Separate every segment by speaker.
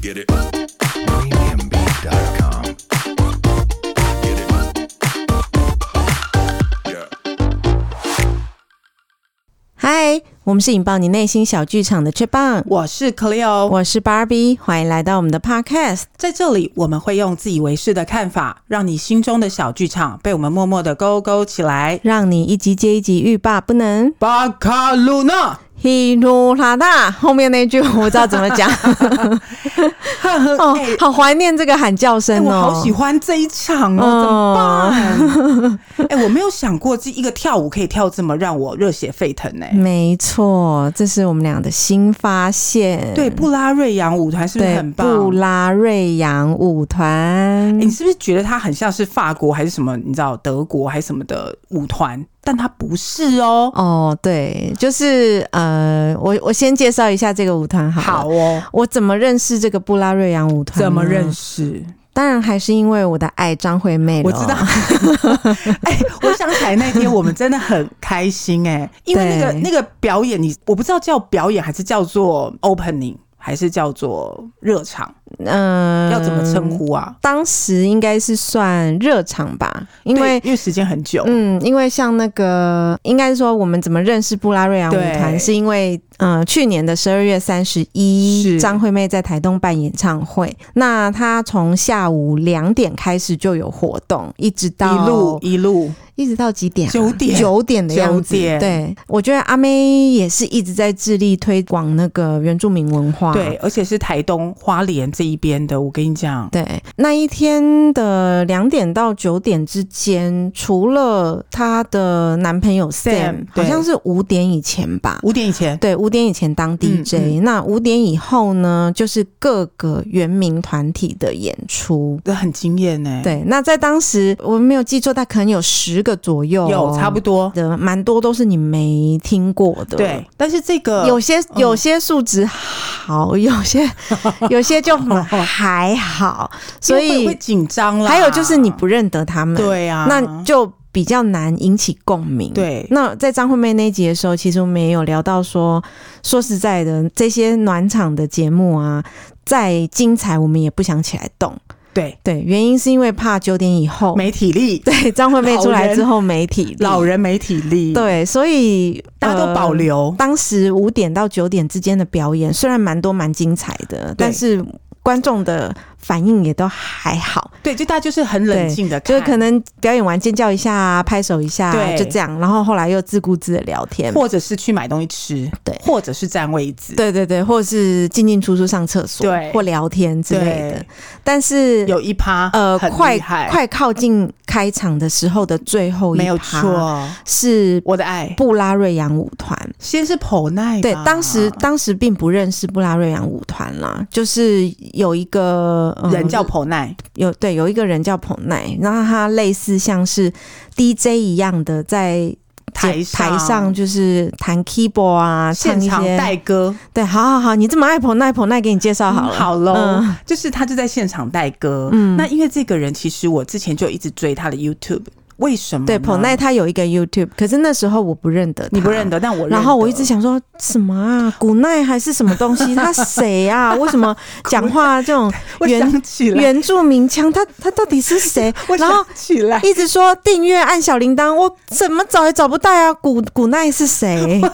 Speaker 1: Get it. Premiumbeat.com. Get it. Yeah.
Speaker 2: 嗨，我们是引爆你内心小剧场的 c h i p n
Speaker 3: 我是 Cleo，
Speaker 2: 我是 Barbie，欢迎来到我们的 Podcast。
Speaker 3: 在这里我们会用自以为是的看法，让你心中的小剧场被我们默默的勾勾起来。
Speaker 2: 让你一集接一集欲罢不能。
Speaker 3: 巴卡鲁纳，
Speaker 2: 希罗拉大后面那句我不知道怎么 讲哦，好怀念这个喊叫
Speaker 3: 哎、
Speaker 2: 声
Speaker 3: 我
Speaker 2: 哦，
Speaker 3: 好喜欢这一场哦，怎么办？ 哎、我没有想过这一个跳舞可以跳这么让我热血沸腾呢、哎
Speaker 2: 没错，这是我们俩的新发现。
Speaker 3: 对，布拉瑞扬舞团是不是
Speaker 2: 对，
Speaker 3: 很棒？
Speaker 2: 布拉瑞扬舞团
Speaker 3: 哎、你是不是觉得它很像是法国还是什么？你知道德国还是什么的舞团？但它不是哦。
Speaker 2: 哦，对，就是呃，我我先介绍一下这个舞团好了。
Speaker 3: 好哦，
Speaker 2: 我怎么认识这个布拉瑞扬舞团？
Speaker 3: 怎么认？识？
Speaker 2: 当然还是因为我的爱张惠妹咯
Speaker 3: 我知道。
Speaker 2: 哦
Speaker 3: 哎、我想起来那天我们真的很开心哎、因为那个
Speaker 2: 对
Speaker 3: 那个表演你，我不知道叫表演还是叫做 opening，还是叫做热场，
Speaker 2: 嗯、
Speaker 3: 要怎么称？呼啊？
Speaker 2: 当时应该是算热场吧，嗯因为
Speaker 3: 对因为时间很久，
Speaker 2: 嗯，因为像那个，应该是说我们怎么认识布拉瑞扬舞团，
Speaker 3: 对
Speaker 2: 是因为嗯、呃去年的十二月三十一，
Speaker 3: 是
Speaker 2: 张惠妹在台东办演唱会，那她从下午两点开始就有活动，一直到
Speaker 3: 一路一路
Speaker 2: 一直到几点啊、
Speaker 3: 九点
Speaker 2: 九点的样子
Speaker 3: 九。点
Speaker 2: 对，我觉得阿妹也是一直在致力推广那个原住民文化。
Speaker 3: 对，而且是台东花莲这一边的，我跟你讲，
Speaker 2: 对，那一天的两点到九点之间，除了她的男朋友 Sam，
Speaker 3: Sam，
Speaker 2: 好
Speaker 3: 对
Speaker 2: 像是五点以前吧。
Speaker 3: 五点以前，
Speaker 2: 对，五点以前当
Speaker 3: 嗯
Speaker 2: DJ，、那五点以后呢，就是各个原民团体的演出。
Speaker 3: 这很惊艳呢。，
Speaker 2: 对，那在当时我没有记错，大概可能有十个左右哦、
Speaker 3: 有差不多，
Speaker 2: 的蛮多都是你没听过的，
Speaker 3: 对。。呃嗯但是这个
Speaker 2: 有些有些数值好，有 些有些就还好，所
Speaker 3: 因为会会
Speaker 2: 以
Speaker 3: 紧张啦。
Speaker 2: 还有就是你不认得他们，
Speaker 3: 对啊，
Speaker 2: 那就比较难引起共鸣。，
Speaker 3: 对
Speaker 2: 那在张惠妹那一集的时候，其实我们也有聊到说，说实在的，这些暖场的节目啊，再精彩我们也不想起来动。
Speaker 3: 对，
Speaker 2: 对，原因是因为怕九点以后，
Speaker 3: 没体力，
Speaker 2: 对张惠妹出
Speaker 3: 老
Speaker 2: 来
Speaker 3: 人
Speaker 2: 之后媒体
Speaker 3: 老人没体力，，
Speaker 2: 对，所以
Speaker 3: 大家都保。
Speaker 2: 呃
Speaker 3: 留。
Speaker 2: 当时五点到九点之间的表演，虽然蛮多蛮精彩的，但是观众的反应也都还好，
Speaker 3: 对，就大家就是很冷静的看，
Speaker 2: 就是可能表演完尖叫一下啊、拍手一下啊，
Speaker 3: 对
Speaker 2: 就这样。然后后来又自顾自的聊天，
Speaker 3: 或者是去买东西吃，
Speaker 2: 对
Speaker 3: 或者是占位置，
Speaker 2: 对对对，或者是进进出出上厕所，
Speaker 3: 对
Speaker 2: 或聊天之类的
Speaker 3: 对。
Speaker 2: 但是
Speaker 3: 有一趴
Speaker 2: 呃，
Speaker 3: 很
Speaker 2: 快
Speaker 3: 厉害
Speaker 2: 快靠近开场的时候的最后一
Speaker 3: 没有
Speaker 2: 趴
Speaker 3: 错，
Speaker 2: 是
Speaker 3: 我的爱
Speaker 2: 布拉瑞扬舞团。
Speaker 3: 先是普奈吧，
Speaker 2: 对，当时当时并不认识布拉瑞扬舞团啦，就是有一个、嗯
Speaker 3: 人叫普奈，
Speaker 2: 有对有一个人叫彭奈，然后他类似像是 DJ 一样的在
Speaker 3: 台
Speaker 2: 台
Speaker 3: 上
Speaker 2: 上就是弹 keyboard 啊，
Speaker 3: 现
Speaker 2: 唱一
Speaker 3: 场
Speaker 2: 些
Speaker 3: 带歌，
Speaker 2: 对，好好好，你这么爱彭奈，彭奈给你介绍好了，
Speaker 3: 好喽，
Speaker 2: 嗯
Speaker 3: 就是他就在现场带歌。
Speaker 2: 嗯
Speaker 3: 那因为这个人，其实我之前就一直追他的 YouTube，为什么呢？
Speaker 2: 对，彭奈他有一个 YouTube，可是那时候我不认得，
Speaker 3: 嗯你不认
Speaker 2: 得。
Speaker 3: 得，但我认得
Speaker 2: 然后我一直想说什么啊，古奈还是什么东西？他谁啊？为什么讲话这种
Speaker 3: 我想起来，
Speaker 2: 原住民腔，他他到底是谁
Speaker 3: 我？
Speaker 2: 然后
Speaker 3: 想起来，
Speaker 2: 一直说订阅按小铃铛，我怎么找也找不到啊！古古奈是 谁？我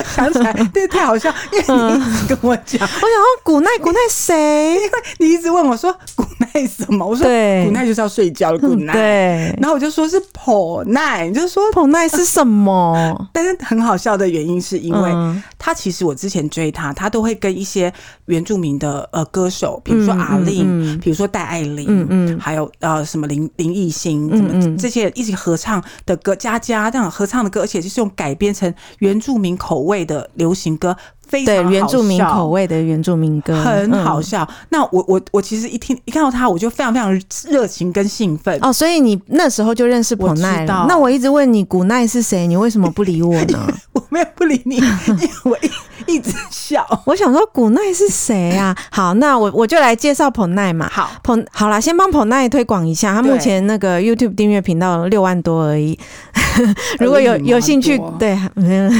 Speaker 3: 我 想起来，对，太好笑，因为你一直跟我讲，
Speaker 2: 想说古奈古奈谁？
Speaker 3: 你一直问我说古奈什么，我说
Speaker 2: 对
Speaker 3: 古奈就是要睡觉的古
Speaker 2: 嗯
Speaker 3: 奈，
Speaker 2: 对，
Speaker 3: 然后我就说是普奈，你就说。
Speaker 2: 彭奈是什么？
Speaker 3: 但是很好笑的原因是因为
Speaker 2: 嗯
Speaker 3: 他其实我之前追他，他都会跟一些原住民的呃歌手，比如说阿令，
Speaker 2: 嗯嗯嗯
Speaker 3: 比如说戴爱玲，
Speaker 2: 嗯嗯
Speaker 3: 还有呃什么林林奕星，
Speaker 2: 嗯
Speaker 3: 什么
Speaker 2: 嗯
Speaker 3: 这些一起合唱的歌，佳佳这样合唱的歌，而且就是用改编成原住民口味的流行歌，非常
Speaker 2: 对
Speaker 3: 好
Speaker 2: 原住民
Speaker 3: 笑
Speaker 2: 口味的原住民歌，
Speaker 3: 很好
Speaker 2: 嗯
Speaker 3: 笑。那我我我其实一听一看到他，我就非常非常热情跟兴奋。
Speaker 2: 哦，所以你那时候就认识彭奈
Speaker 3: 我知
Speaker 2: 了
Speaker 3: 道。
Speaker 2: 那我一直问你古奈是谁，你为什么不理我呢？
Speaker 3: 我没有不理你，因为我一一直笑。
Speaker 2: 我想说古奈是谁啊？好，那我我就来介绍彭奈嘛。
Speaker 3: 好，
Speaker 2: 彭好啦，先帮彭奈推广一下，他
Speaker 3: 对
Speaker 2: 目前那个 YouTube 订阅频道六万多而已。 如果有
Speaker 3: 哎
Speaker 2: 有兴趣
Speaker 3: 蛮，多
Speaker 2: 对，嗯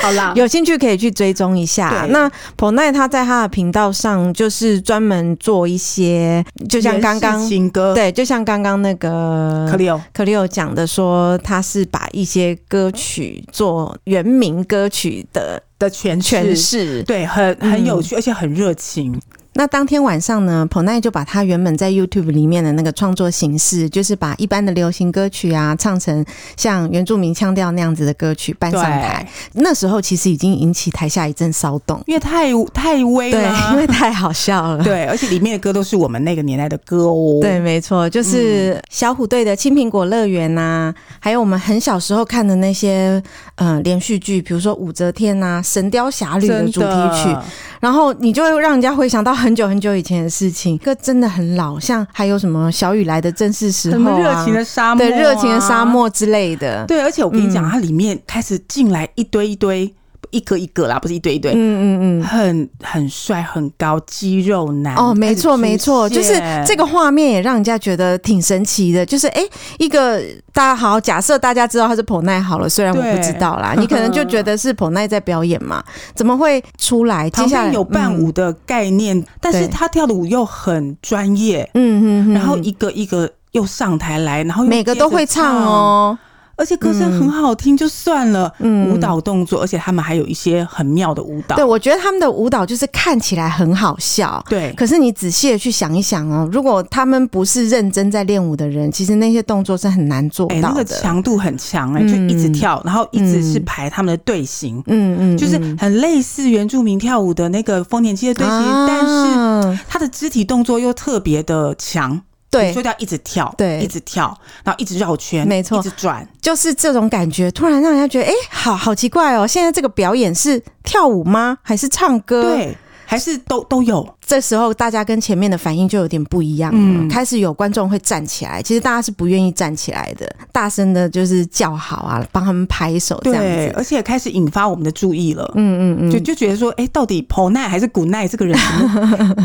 Speaker 3: 好啦，
Speaker 2: 有兴趣可以去追踪一下。
Speaker 3: 对
Speaker 2: 那彭奈他在他的频道上就是专门做一些， 就像刚
Speaker 3: 原始
Speaker 2: 刚
Speaker 3: 情歌，
Speaker 2: 对，就像刚刚那个
Speaker 3: 克里奥，
Speaker 2: 克里奥讲的说，他是把一些歌曲做原名歌曲的
Speaker 3: 的诠
Speaker 2: 诠
Speaker 3: 释，
Speaker 2: 释。嗯
Speaker 3: 对，很很有趣，而且很热情。
Speaker 2: 那当天晚上呢，彭奈就把他原本在 YouTube 里面的那个创作形式，就是把一般的流行歌曲啊，唱成像原住民腔调那样子的歌曲搬
Speaker 3: 对
Speaker 2: 上，台。那时候其实已经引起台下一阵骚动，
Speaker 3: 因为太太威
Speaker 2: 对，因
Speaker 3: 了，
Speaker 2: 为太好笑了。
Speaker 3: 对，而且里面的歌都是我们那个年代的歌哦。
Speaker 2: 对，没错，
Speaker 3: 嗯
Speaker 2: 就是小虎队的《青苹果乐园》呐，还有我们很小时候看的那些呃连续剧，比如说武则天呐、《神雕侠侣》的
Speaker 3: 真
Speaker 2: 主题曲，
Speaker 3: 的，
Speaker 2: 然后你就会让人家回想到很久很久以前的事情，这真的很老，像还有什么小雨来的正是时
Speaker 3: 什
Speaker 2: 候
Speaker 3: 么
Speaker 2: 啊，
Speaker 3: 热情的沙漠、
Speaker 2: 对热情的沙。漠之类的，
Speaker 3: 对，而且我跟你
Speaker 2: 嗯
Speaker 3: 讲，它里面开始进来一堆一堆，一个一个啦，不是一堆一堆，
Speaker 2: 嗯嗯嗯。
Speaker 3: 很很帅、很高、肌肉男。
Speaker 2: 哦，没错，
Speaker 3: 开始出
Speaker 2: 没错，
Speaker 3: 现
Speaker 2: 就是这个画面也让人家觉得挺神奇的。就是哎、诶一个大家好，假设大家知道他是彭奈好了，虽然我
Speaker 3: 对
Speaker 2: 不知道啦，你可能就觉得是彭奈在表演嘛，怎么会出来？接
Speaker 3: 旁
Speaker 2: 下来嗯
Speaker 3: 边有伴舞，的概念，但是
Speaker 2: 对
Speaker 3: 他跳的舞又很专业，
Speaker 2: 嗯嗯嗯嗯，
Speaker 3: 然后一个一个又上台来，然后又
Speaker 2: 每个都会
Speaker 3: 接着唱
Speaker 2: 唱，哦，
Speaker 3: 而且歌声很好听，就算了。
Speaker 2: 嗯
Speaker 3: 舞蹈动作，而且他们还有一些很妙的舞蹈。
Speaker 2: 对，我觉得他们的舞蹈就是看起来很好笑。
Speaker 3: 对
Speaker 2: 可是你仔细的去想一想哦，如果他们不是认真在练舞的人，其实那些动作是很难做
Speaker 3: 哎、那
Speaker 2: 到
Speaker 3: 个
Speaker 2: 的。
Speaker 3: 强度很强哎、就
Speaker 2: 嗯
Speaker 3: 一直跳，然后一直是
Speaker 2: 嗯
Speaker 3: 排他们的队形，
Speaker 2: 嗯嗯，
Speaker 3: 就是
Speaker 2: 嗯
Speaker 3: 很类似原住民跳舞的那个丰年期的队形，
Speaker 2: 啊
Speaker 3: 但是他的肢体动作又特别的强，你
Speaker 2: 对，
Speaker 3: 就要一直跳，
Speaker 2: 对
Speaker 3: 一直跳，然后一直绕圈，
Speaker 2: 没错
Speaker 3: 一直转，
Speaker 2: 就是这种感觉，突然让人家觉得，哎、好好奇怪哦！现在这个表演是跳舞吗？还是唱歌？，
Speaker 3: 对，还是都都有，
Speaker 2: 这时候大家跟前面的反应就有点不一样了，
Speaker 3: 嗯
Speaker 2: 开始有观众会站起来，其实大家是不愿意站起来的，大声的就是叫好啊，帮他们拍手这样
Speaker 3: 对，
Speaker 2: 子。
Speaker 3: 而且开始引发我们的注意了。
Speaker 2: 嗯嗯嗯，
Speaker 3: 就就觉得说，哎、到底彭奈还是古奈这个人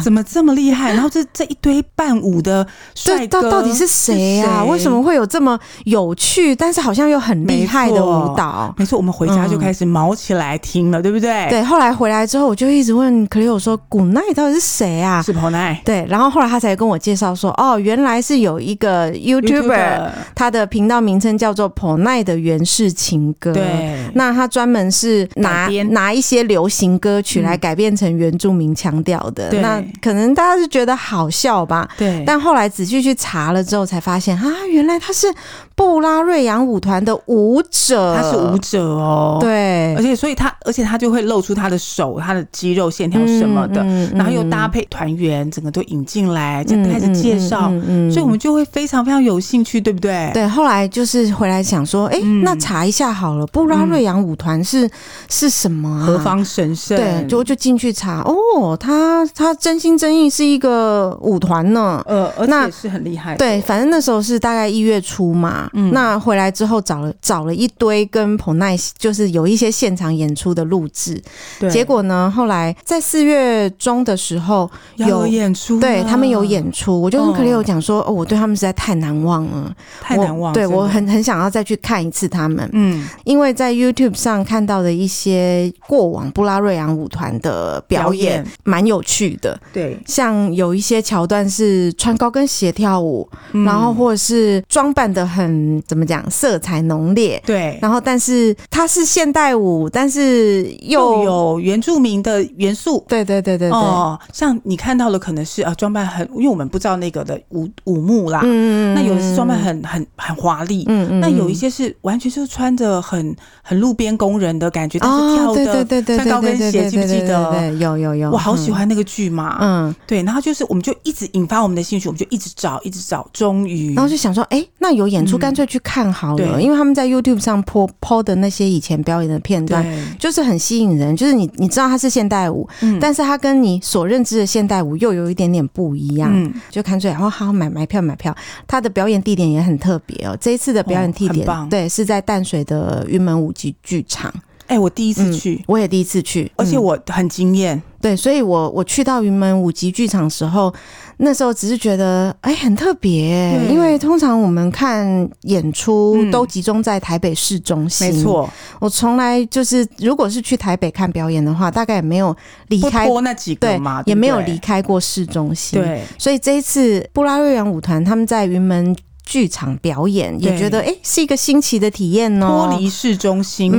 Speaker 3: 怎 么怎么这么厉害？然后这这一堆伴舞的帅
Speaker 2: 这
Speaker 3: 哥
Speaker 2: 到到底是谁呀、为什么？会有这么有趣，但是好像又很厉害的舞蹈？
Speaker 3: 没错，我们回家就开始毛起来听了，对不对？，
Speaker 2: 嗯对，后来回来之后，我就一直问克里欧说：“古奈到底是谁啊
Speaker 3: 是彭奈？”
Speaker 2: 对，然后后来他才跟我介绍说：“哦，原来是有一个 YouTuber，
Speaker 3: YouTuber
Speaker 2: 他的频道名称叫做《彭奈的原式情歌》。”。
Speaker 3: 对，
Speaker 2: 那他专门是拿
Speaker 3: 改编
Speaker 2: 拿一些流行歌曲来改变成原住民腔调的，
Speaker 3: 嗯对
Speaker 2: 那可能大家是觉得好笑吧，
Speaker 3: 对，
Speaker 2: 但后来仔细去查了之后，才发现啊，原来他是布拉瑞扬舞团的舞者，
Speaker 3: 他呃是舞者哦，，
Speaker 2: 对
Speaker 3: 而，且所以他，而且他就会露出他的手、他的肌肉线条什么的，
Speaker 2: 嗯
Speaker 3: 然后又
Speaker 2: 嗯
Speaker 3: 搭配团员，整个都引进来，就
Speaker 2: 嗯
Speaker 3: 开始介绍，
Speaker 2: 嗯嗯嗯嗯
Speaker 3: 所以我们就会非常非常有兴趣，对不对？
Speaker 2: 对后来就是回来想说，哎、
Speaker 3: 嗯
Speaker 2: 那查一下好了，布拉瑞扬舞团是、是什么、啊？
Speaker 3: 何？方神圣？
Speaker 2: 对，就就进去查，哦，他他真心真意是一个舞团呢。
Speaker 3: 呃，而
Speaker 2: 那
Speaker 3: 且是很厉害的，
Speaker 2: 对，反正那时候是大概一月初嘛，
Speaker 3: 嗯
Speaker 2: 那回来之后找了找了一堆跟彭奈就是有一些现场演出的录制，
Speaker 3: 对，
Speaker 2: 结果呢，后来在四月中的时候
Speaker 3: 要有
Speaker 2: 有。
Speaker 3: 演出，啊
Speaker 2: 对他们有，演出，我就跟
Speaker 3: 嗯
Speaker 2: 克里欧讲说，哦，我对他们实在太难忘了，
Speaker 3: 太
Speaker 2: 我
Speaker 3: 难忘，
Speaker 2: 对
Speaker 3: 真的
Speaker 2: 我很很想要再去看一次他们，
Speaker 3: 嗯
Speaker 2: 因为在 YouTube 上看到的一些过往布拉瑞扬舞团的表演，蛮有趣的，
Speaker 3: 对，
Speaker 2: 像有一些桥段是穿高跟鞋跳舞，
Speaker 3: 嗯
Speaker 2: 然后或者是装扮的很怎么讲，色彩浓烈，
Speaker 3: 对。
Speaker 2: 然后但是它是现代舞，但是
Speaker 3: 又
Speaker 2: 又
Speaker 3: 有原住民的元素，
Speaker 2: 对对对对对，
Speaker 3: 哦，像你看到的可能是啊，装扮很，因为我们不知道那个的舞舞幕啦，
Speaker 2: 嗯
Speaker 3: 啊那有的是装扮，很很很华丽。
Speaker 2: 嗯嗯
Speaker 3: 那有一些是完全就是穿着很很路边工人的感觉，但是跳
Speaker 2: 哦，对
Speaker 3: 的、
Speaker 2: 对对对，
Speaker 3: 穿高跟鞋，记不记得？
Speaker 2: 对，有有有，
Speaker 3: 我好喜。欢那个剧嘛，
Speaker 2: 嗯，
Speaker 3: 对，然后就是我们就一直引发我们的兴趣，我们就一直找，一直找，终于，
Speaker 2: 然后就想说，哎，那有演
Speaker 3: 嗯
Speaker 2: 出，干脆去看好了，因为他们在 YouTube 上播播的那些以前表演的片段。
Speaker 3: 对，
Speaker 2: 就是很吸引人，就是你你知道它是现代舞，
Speaker 3: 嗯
Speaker 2: 但是它跟你所认知的现代舞又有一点点不一样，
Speaker 3: 嗯，
Speaker 2: 就看出来，然后好买买票买票。它的表演地点也很特别哦，这一次的表演地点、
Speaker 3: 哦哦很棒
Speaker 2: 对是在淡水的云门舞集剧场，嗯
Speaker 3: 哎、我第一次去，
Speaker 2: 我也第一次去，
Speaker 3: 而且
Speaker 2: 嗯
Speaker 3: 我很惊艳。
Speaker 2: 对，所以我我去到云门舞集剧场的时候，那时候只是觉得哎、很特别耶、
Speaker 3: 嗯
Speaker 2: 因为通常我们看演出
Speaker 3: 嗯
Speaker 2: 都集中在台北市中心，
Speaker 3: 没。错，
Speaker 2: 我从来就是如果是去台北看表演的话，大概也没有离
Speaker 3: 不
Speaker 2: 开，
Speaker 3: 拖那几个
Speaker 2: 对
Speaker 3: 嘛，，
Speaker 2: 也
Speaker 3: 对不
Speaker 2: 没有
Speaker 3: 对
Speaker 2: 离开过市中心。，
Speaker 3: 对，
Speaker 2: 所以这一次布拉瑞扬舞团他们在云门剧场表演，也
Speaker 3: 对
Speaker 2: 觉得哎、是一个新奇的体验哦、
Speaker 3: 脱离市中心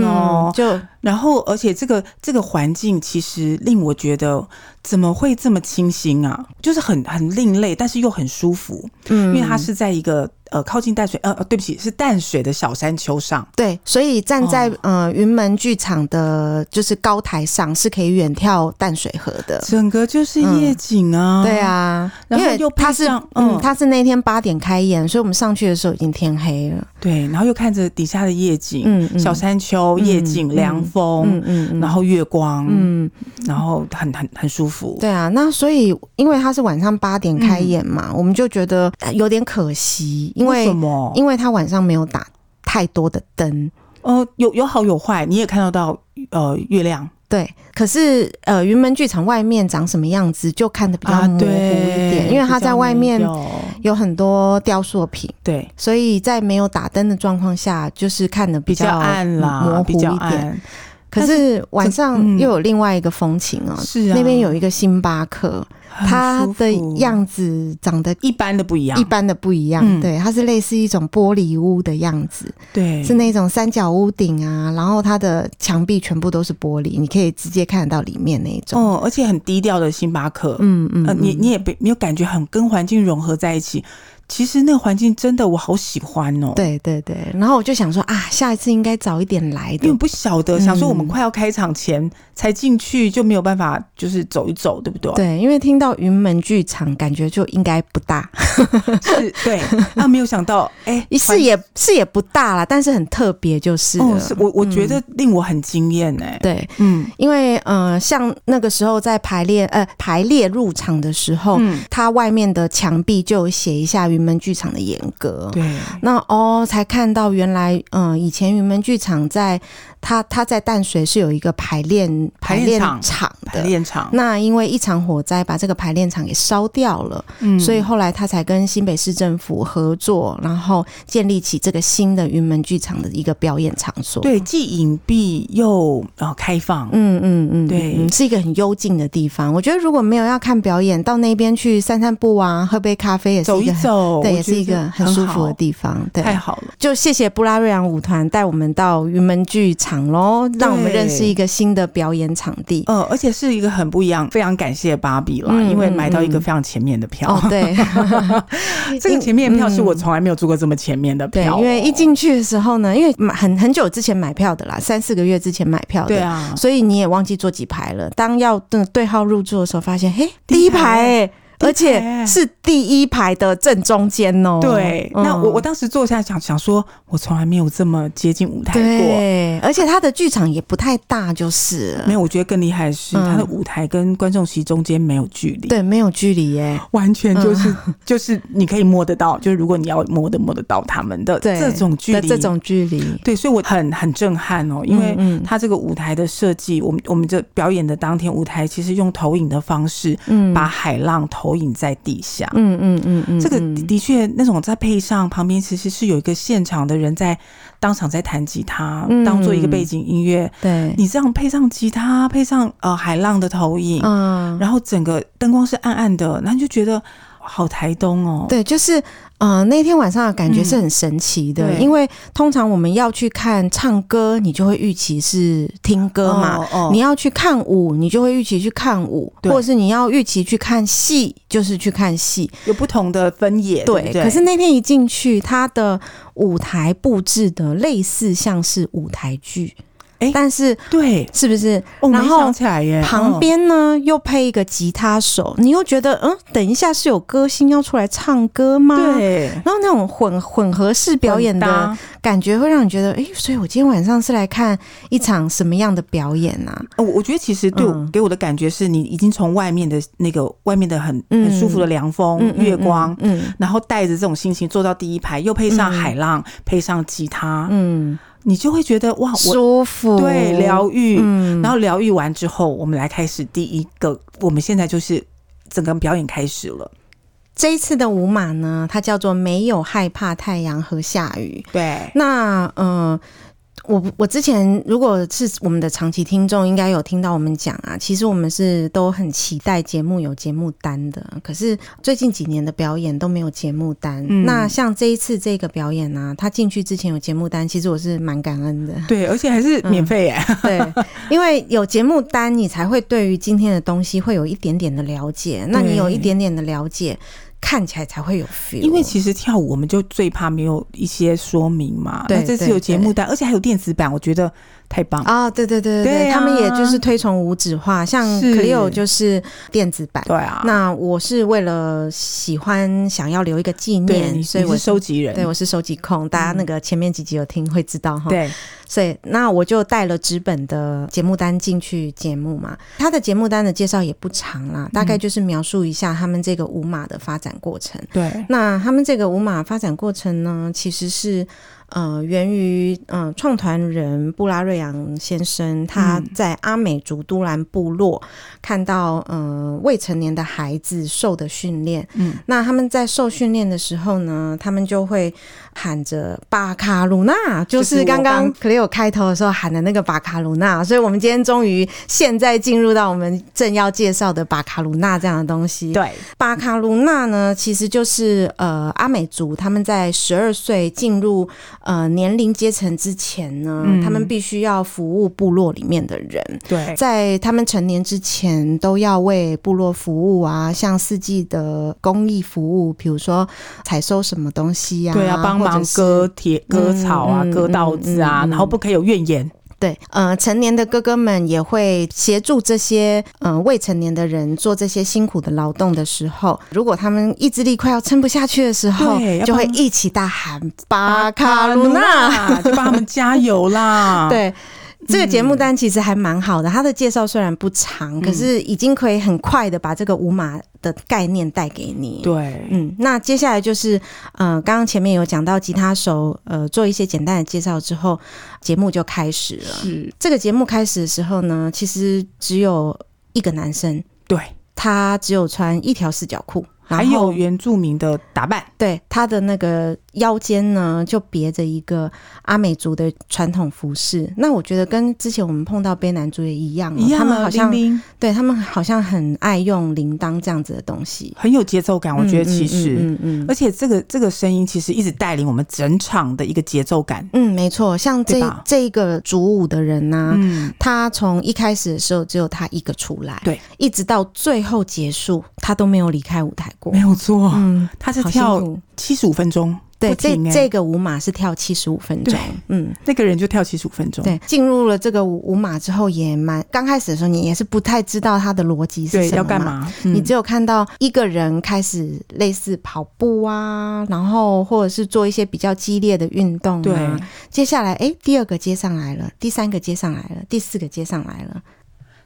Speaker 2: 嗯，。
Speaker 3: 哦
Speaker 2: 就
Speaker 3: 然后，而且这个这个环境其实令我觉得怎么会这么清新啊？就是很很另类，但是又很舒服，
Speaker 2: 嗯
Speaker 3: 因为它是在一个呃靠近淡水呃呃对不起是淡水的小山丘上，
Speaker 2: 对，所以站在、
Speaker 3: 哦
Speaker 2: 呃云门剧场的，就是高台上是可以远眺淡水河的。
Speaker 3: 整个就是夜景啊。
Speaker 2: 嗯对，啊，
Speaker 3: 然后
Speaker 2: 因为
Speaker 3: 又配
Speaker 2: 他是
Speaker 3: 上
Speaker 2: 嗯
Speaker 3: 嗯，
Speaker 2: 他是那天八点开演，所以我们上去的时候已经天黑了。
Speaker 3: 对，然后又看着底下的夜景，
Speaker 2: 嗯，嗯
Speaker 3: 小山丘、夜景、
Speaker 2: 嗯
Speaker 3: 凉风
Speaker 2: 嗯，嗯嗯，
Speaker 3: 然后月光，
Speaker 2: 嗯，
Speaker 3: 然后很很很舒服。
Speaker 2: 对啊，那所以因为他是晚上八点开演嘛，我们就觉得呃有点可惜，因为
Speaker 3: 嗯什么？
Speaker 2: 因为他晚上没有打太多的灯。
Speaker 3: 呃，有有好有坏，你也看得到呃月亮
Speaker 2: 对，可是呃，云门剧场外面长什么样子就看得比较模糊一点，啊因为它在外面
Speaker 3: 啊比较没有
Speaker 2: 有很多雕塑品，
Speaker 3: 对
Speaker 2: 所以在没有打灯的状况下，就是看的
Speaker 3: 比
Speaker 2: 较
Speaker 3: 较暗啦，
Speaker 2: 模糊
Speaker 3: 比较
Speaker 2: 一点。
Speaker 3: 暗，
Speaker 2: 可是晚上
Speaker 3: 嗯
Speaker 2: 又有另外一个风情哦、
Speaker 3: 是啊，
Speaker 2: 那边有一个星巴克，
Speaker 3: 很
Speaker 2: 它
Speaker 3: 舒服
Speaker 2: 的样子长得
Speaker 3: 一般的不一样，
Speaker 2: 一般的不一样，
Speaker 3: 嗯
Speaker 2: 对，它是类似一种玻璃屋的样子，
Speaker 3: 对
Speaker 2: 是那种三角屋顶啊，然后它的墙壁全部都是玻璃，你可以直接看得到里面那一种。
Speaker 3: 哦，而且很低调的星巴克，
Speaker 2: 嗯嗯，
Speaker 3: 呃，你
Speaker 2: 嗯
Speaker 3: 你也没没有感觉很跟环境融合在一起。其实那个环境真的我好喜欢哦，，
Speaker 2: 对对对，然后我就想说啊，下一次应该早一点来
Speaker 3: 因为
Speaker 2: 的
Speaker 3: 我，不晓得，
Speaker 2: 嗯
Speaker 3: 想说我们快要开场前才进去就没有办法，就是走一走，对不对？
Speaker 2: 对，因为听到云门剧场，感觉就应该不 大，
Speaker 3: 是， 对，啊，没有想到，哎，
Speaker 2: 是也是也不大啦，但是很特别就是嗯
Speaker 3: 哦，
Speaker 2: 了。
Speaker 3: 是我我觉得令我很惊艳哎，
Speaker 2: 对，
Speaker 3: 嗯
Speaker 2: 因为呃，像那个时候在排列呃排列入场的时候，
Speaker 3: 嗯，
Speaker 2: 它外面的墙壁就有写一下云门剧场的严格。
Speaker 3: 对，
Speaker 2: 那哦，才看到原来，嗯、以前云门剧场在它它在淡水是有一个排练
Speaker 3: 排练
Speaker 2: 练
Speaker 3: 场
Speaker 2: 场
Speaker 3: 排
Speaker 2: 的，
Speaker 3: 练场，
Speaker 2: 那因为一场火灾把这个排练场给烧掉了，
Speaker 3: 嗯
Speaker 2: 所以后来他才跟新北市政府合作，然后建立起这个新的云门剧场的一个表演场所。，
Speaker 3: 对，既隐蔽又呃开放，
Speaker 2: 嗯嗯嗯，
Speaker 3: 对
Speaker 2: 嗯是一个很幽静的地方。我觉得如果没有要看表演，到那边去散散步啊，喝杯咖啡也是
Speaker 3: 走
Speaker 2: 一
Speaker 3: 一
Speaker 2: 个很
Speaker 3: 走，
Speaker 2: 对，
Speaker 3: 我
Speaker 2: 也
Speaker 3: 觉
Speaker 2: 是一
Speaker 3: 得
Speaker 2: 个很舒服的
Speaker 3: 好
Speaker 2: 地方。对，
Speaker 3: 太好了，
Speaker 2: 就谢谢布拉瑞扬舞团带我们到云门剧场喽，让我们
Speaker 3: 对
Speaker 2: 认识一个新的表演场地。
Speaker 3: 呃，而且是一个很不一样，非常感谢芭比啦，
Speaker 2: 嗯
Speaker 3: 因为
Speaker 2: 嗯
Speaker 3: 买到一个
Speaker 2: 嗯
Speaker 3: 非常前面的票，
Speaker 2: 哦，对， 嗯
Speaker 3: 这个前面的票是我从来没有坐过这么前面的
Speaker 2: 对，
Speaker 3: 票哦，
Speaker 2: 因为一进去的时候呢，因为买很很久之前买票的啦，三四个月之前买票的，
Speaker 3: 对啊，
Speaker 2: 所以你也忘记坐几排了。当要对对号入座的时候，发现嘿，
Speaker 3: 第
Speaker 2: 第
Speaker 3: 一
Speaker 2: 一
Speaker 3: 排
Speaker 2: 排哎、
Speaker 3: 第一
Speaker 2: 而
Speaker 3: 排
Speaker 2: 且
Speaker 3: 欸
Speaker 2: 是第一排的正中间哦、
Speaker 3: 对，那
Speaker 2: 嗯
Speaker 3: 我我当时坐下想想说，我从来没有这么接近舞台过。
Speaker 2: 对，而且它的剧场也不太大，就是了
Speaker 3: 没有，我觉得更厉害的是，
Speaker 2: 嗯
Speaker 3: 他的舞台跟观众席中间没有距离，
Speaker 2: 对，嗯没有距离耶、
Speaker 3: 完全就是、就是你可以摸得到，就是如果你要摸得摸得到他们的
Speaker 2: 对
Speaker 3: 这种距
Speaker 2: 的
Speaker 3: 离，
Speaker 2: 这种距离，
Speaker 3: 对，所以我很很震撼哦，因为
Speaker 2: 嗯嗯
Speaker 3: 它这个舞台的设计，我们我们这表演的当天舞台其实用投影的方式
Speaker 2: 嗯
Speaker 3: 把海浪投影在地下。
Speaker 2: 嗯嗯嗯嗯，
Speaker 3: 这个
Speaker 2: 嗯
Speaker 3: 的的确，那种再配上旁边其实是有一个现场的人在当场在弹吉他，
Speaker 2: 嗯
Speaker 3: 当做一个背景音乐。
Speaker 2: 对，
Speaker 3: 你这样配上吉他，配上呃海浪的投影，
Speaker 2: 嗯，
Speaker 3: 然后整个灯光是暗暗的，那你就觉得好台东哦。
Speaker 2: 对，就是呃，那天晚上的感觉是
Speaker 3: 嗯
Speaker 2: 很神奇的，
Speaker 3: 对
Speaker 2: 因为通常我们要去看唱歌，你就会预期是听歌嘛；
Speaker 3: 哦，哦
Speaker 2: 你要去看舞，你就会预期去看舞，
Speaker 3: 对
Speaker 2: 或者是你要预期去看戏，就是去看戏。
Speaker 3: 有不同的分野，对不对，
Speaker 2: 可是那天一进去，它的舞台布置的类似像是舞台剧，
Speaker 3: 诶
Speaker 2: 但是
Speaker 3: 对，
Speaker 2: 是不是
Speaker 3: 哦，
Speaker 2: 然
Speaker 3: 没
Speaker 2: 后
Speaker 3: 想起来耶，
Speaker 2: 旁
Speaker 3: 嗯
Speaker 2: 边呢又配一个吉他手，你又觉得嗯，等一下是有歌星要出来唱歌吗？
Speaker 3: 对，
Speaker 2: 然后那种混混合式表演
Speaker 3: 很
Speaker 2: 的
Speaker 3: 搭
Speaker 2: 感觉，会让你觉得，哎、所以我今天晚上是来看一场什么样的表演啊？
Speaker 3: 呃我我觉得其实对我、
Speaker 2: 嗯
Speaker 3: 给我的感觉是你已经从外面的那个外面的很很舒服的凉风、
Speaker 2: 嗯，嗯
Speaker 3: 月光，，
Speaker 2: 嗯
Speaker 3: 然后带着这种心情坐到第一排，又配
Speaker 2: 嗯
Speaker 3: 上海浪，配上吉他，
Speaker 2: 嗯，
Speaker 3: 你就会觉得哇，我
Speaker 2: 舒服，
Speaker 3: 对疗愈，
Speaker 2: 嗯
Speaker 3: 然后疗愈完之后，我们来开始第一个，我们现在就是整个表演开始了。
Speaker 2: 这一次的舞马呢，它叫做没有害怕太阳和下雨。
Speaker 3: 对，
Speaker 2: 那呃，我我之前如果是我们的长期听众，应该有听到我们讲啊，其实我们是都很期待节目有节目单的，可是最近几年的表演都没有节目单。
Speaker 3: 嗯
Speaker 2: 那像这一次这个表演呢、啊，他进去之前有节目单，其实我是蛮感恩 的。
Speaker 3: 对，而且还是
Speaker 2: 嗯
Speaker 3: 免费耶、
Speaker 2: 对，因为有节目单，你才会对于今天的东西会有一点点的了解。那你有一点点的了解，看起来才会有 feel。
Speaker 3: 因为其实跳舞我们就最怕没有一些说明嘛。
Speaker 2: 对
Speaker 3: 那这次
Speaker 2: 对
Speaker 3: 有节目单，而且还有电子版，我觉得太棒了。
Speaker 2: 啊、对对对对
Speaker 3: 对
Speaker 2: 对，
Speaker 3: 啊
Speaker 2: 他们也就是推崇无纸化，像
Speaker 3: 是
Speaker 2: Clio 就是电子版。
Speaker 3: 对啊，
Speaker 2: 那我是为了喜欢，想要留一个纪
Speaker 3: 对
Speaker 2: 念，
Speaker 3: 你
Speaker 2: 所以
Speaker 3: 你
Speaker 2: 我
Speaker 3: 是收集人，嗯
Speaker 2: 对我是收集控，大家那个前面几集有听会知道哈。
Speaker 3: 对
Speaker 2: 所以那我就带了纸本的节目单进去节目嘛。他的节目单的介绍也不长啦，大概
Speaker 3: 嗯
Speaker 2: 就是描述一下他们这个舞马的发展过程。
Speaker 3: 对
Speaker 2: 那他们这个舞马发展过程呢，其实是呃源于呃创团人布拉瑞扬先生，他
Speaker 3: 嗯
Speaker 2: 在阿美族都兰部落看到呃未成年的孩子受的训练，
Speaker 3: 嗯，
Speaker 2: 那他们在受训练的时候呢，他们就会喊着巴卡鲁纳，就
Speaker 3: 就是
Speaker 2: 是
Speaker 3: 我
Speaker 2: 刚刚
Speaker 3: 刚
Speaker 2: Cleo 开头的时候喊的那个巴卡鲁纳，所以我们今天终于现在进入到我们正要介绍的巴卡鲁纳这样的东西。
Speaker 3: 对
Speaker 2: 巴卡鲁纳呢，其实就是呃阿美族他们在十二岁进入呃年龄阶层之前呢，
Speaker 3: 嗯
Speaker 2: 他们必须要服务部落里面的人。
Speaker 3: 对
Speaker 2: 在他们成年之前，都要为部落服务啊，像四季的公益服务，比如说采收什么东西呀、
Speaker 3: 对啊，帮
Speaker 2: 或
Speaker 3: 忙
Speaker 2: 者是
Speaker 3: 割铁、割草啊、
Speaker 2: 嗯嗯
Speaker 3: 割稻子啊，
Speaker 2: 嗯嗯嗯
Speaker 3: 然后不可以有怨言。
Speaker 2: 对，呃，成年的哥哥们也会协助这些呃未成年的人做这些辛苦的劳动的时候，如果他们意志力快要撑不下去的时候
Speaker 3: 对，要
Speaker 2: 就会
Speaker 3: 帮
Speaker 2: 一起大喊“巴卡鲁纳”。
Speaker 3: 纳，啊就帮他们加油啦。
Speaker 2: 啊 对，这个节目单其实还蛮好的，它的介绍虽然不长，可是已经可以很快的把这个五马的概念带给你。
Speaker 3: 对，
Speaker 2: 嗯，那接下来就是，呃，刚刚前面有讲到吉他手，呃，做一些简单的介绍之后，节目就开始了。
Speaker 3: 是，
Speaker 2: 这个节目开始的时候呢，其实只有一个男生，
Speaker 3: 对，
Speaker 2: 他只有穿一条四角裤，然
Speaker 3: 还
Speaker 2: 后
Speaker 3: 有原住民的打扮，
Speaker 2: 对他的那个腰间呢，就别着一个阿美族的传统服饰。那我觉得跟之前我们碰到卑南族也一样、哦，
Speaker 3: 一样
Speaker 2: 他们
Speaker 3: 啊，
Speaker 2: 好像
Speaker 3: 叮叮，
Speaker 2: 对他们好像很爱用铃铛这样子的东西。
Speaker 3: 很有节奏感。我觉得其
Speaker 2: 嗯
Speaker 3: 实，
Speaker 2: 嗯嗯嗯
Speaker 3: 而且这个这个声音其实一直带领我们整场的一个节奏感。
Speaker 2: 嗯没错，像这
Speaker 3: 对吧
Speaker 2: 这一个主舞的人呢、
Speaker 3: 嗯，
Speaker 2: 他从一开始的时候只有他一个出来，
Speaker 3: 对，
Speaker 2: 一直到最后结束，他都没有离开舞台过
Speaker 3: 没。有错，
Speaker 2: 嗯，
Speaker 3: 他是
Speaker 2: 好辛
Speaker 3: 跳
Speaker 2: 苦。
Speaker 3: 七十五分钟，
Speaker 2: 对，
Speaker 3: 不
Speaker 2: 这
Speaker 3: 停欸
Speaker 2: 这个舞码是跳七十五分钟
Speaker 3: 对。
Speaker 2: 嗯，
Speaker 3: 那个人就跳七十五分钟。
Speaker 2: 对，进入了这个舞舞马之后，也蛮刚开始的时候，你也是不太知道它的逻辑是
Speaker 3: 对，
Speaker 2: 什么
Speaker 3: 要干
Speaker 2: 嘛。
Speaker 3: 嘛？
Speaker 2: 你
Speaker 3: 嗯
Speaker 2: 只有看到一个人开始类似跑步啊，然后或者是做一些比较激烈的运动
Speaker 3: 对
Speaker 2: 啊。接下来，哎，第二个接上来了，第三个接上来了，第四个接上来了。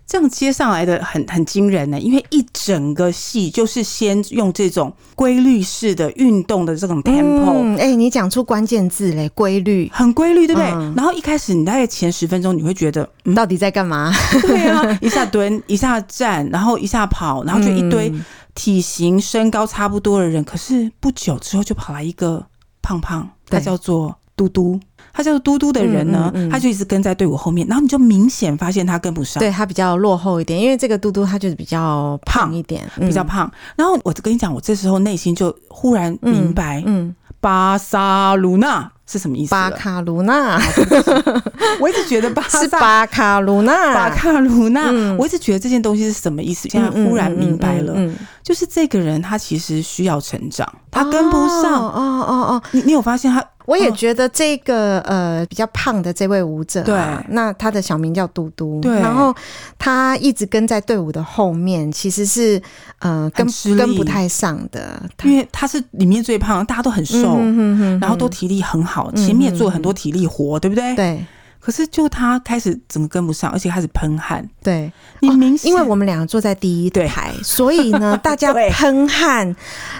Speaker 3: 这样接上来的很很惊人呢、因为一整个戏就是先用这种规律式的运动的这种 tempo，、
Speaker 2: 嗯，哎、你讲出关键字嘞，规律
Speaker 3: 很规律，对不对？
Speaker 2: 嗯
Speaker 3: 然后一开始你大概前十分钟你会觉得， 嗯，
Speaker 2: 到底在干嘛？
Speaker 3: 对啊，一下蹲，一下站，然后一下跑，然后就一堆
Speaker 2: 嗯
Speaker 3: 体型身高差不多的人。可是不久之后就跑来一个胖胖，他
Speaker 2: 对
Speaker 3: 叫做嘟嘟。他叫做嘟嘟的人呢，
Speaker 2: 嗯嗯嗯
Speaker 3: 他就一直跟在队伍后面，然后你就明显发现他跟不上。
Speaker 2: 对他比较落后一点，因为这个嘟嘟他就是比较胖一点， 嗯
Speaker 3: 比较胖。然后我跟你讲，我这时候内心就忽然明白
Speaker 2: 嗯，嗯，
Speaker 3: 巴萨鲁纳是什么意思
Speaker 2: 巴
Speaker 3: 了。
Speaker 2: 卡卢纳
Speaker 3: 我一直觉得巴萨
Speaker 2: 是巴卡卢纳，
Speaker 3: 巴卡鲁纳，
Speaker 2: 嗯
Speaker 3: 我一直觉得这件东西是什么意思，现在忽然明白了，
Speaker 2: 嗯嗯嗯嗯嗯
Speaker 3: 就是这个人他其实需要成长，他跟不上。
Speaker 2: 哦哦哦哦，
Speaker 3: 你你有发现他？
Speaker 2: 我也
Speaker 3: 嗯
Speaker 2: 觉得这个呃比较胖的这位舞者、啊，
Speaker 3: 对
Speaker 2: 那他的小名叫嘟嘟，
Speaker 3: 对
Speaker 2: 然后他一直跟在队伍的后面，其实是呃跟
Speaker 3: 很吃力
Speaker 2: 跟不太上的，他
Speaker 3: 因为他是里面最胖，大家都很瘦，
Speaker 2: 嗯哼哼哼嗯
Speaker 3: 然后都体力很好，前面也做了很多体力活，对不对？
Speaker 2: 对。
Speaker 3: 可是就他开始整个跟不上，而且开始喷汗。
Speaker 2: 对，
Speaker 3: 你明
Speaker 2: 哦
Speaker 3: 显、
Speaker 2: 因为我们两个坐在第一 排，所以呢，大家
Speaker 3: 对嗯
Speaker 2: 喷汗，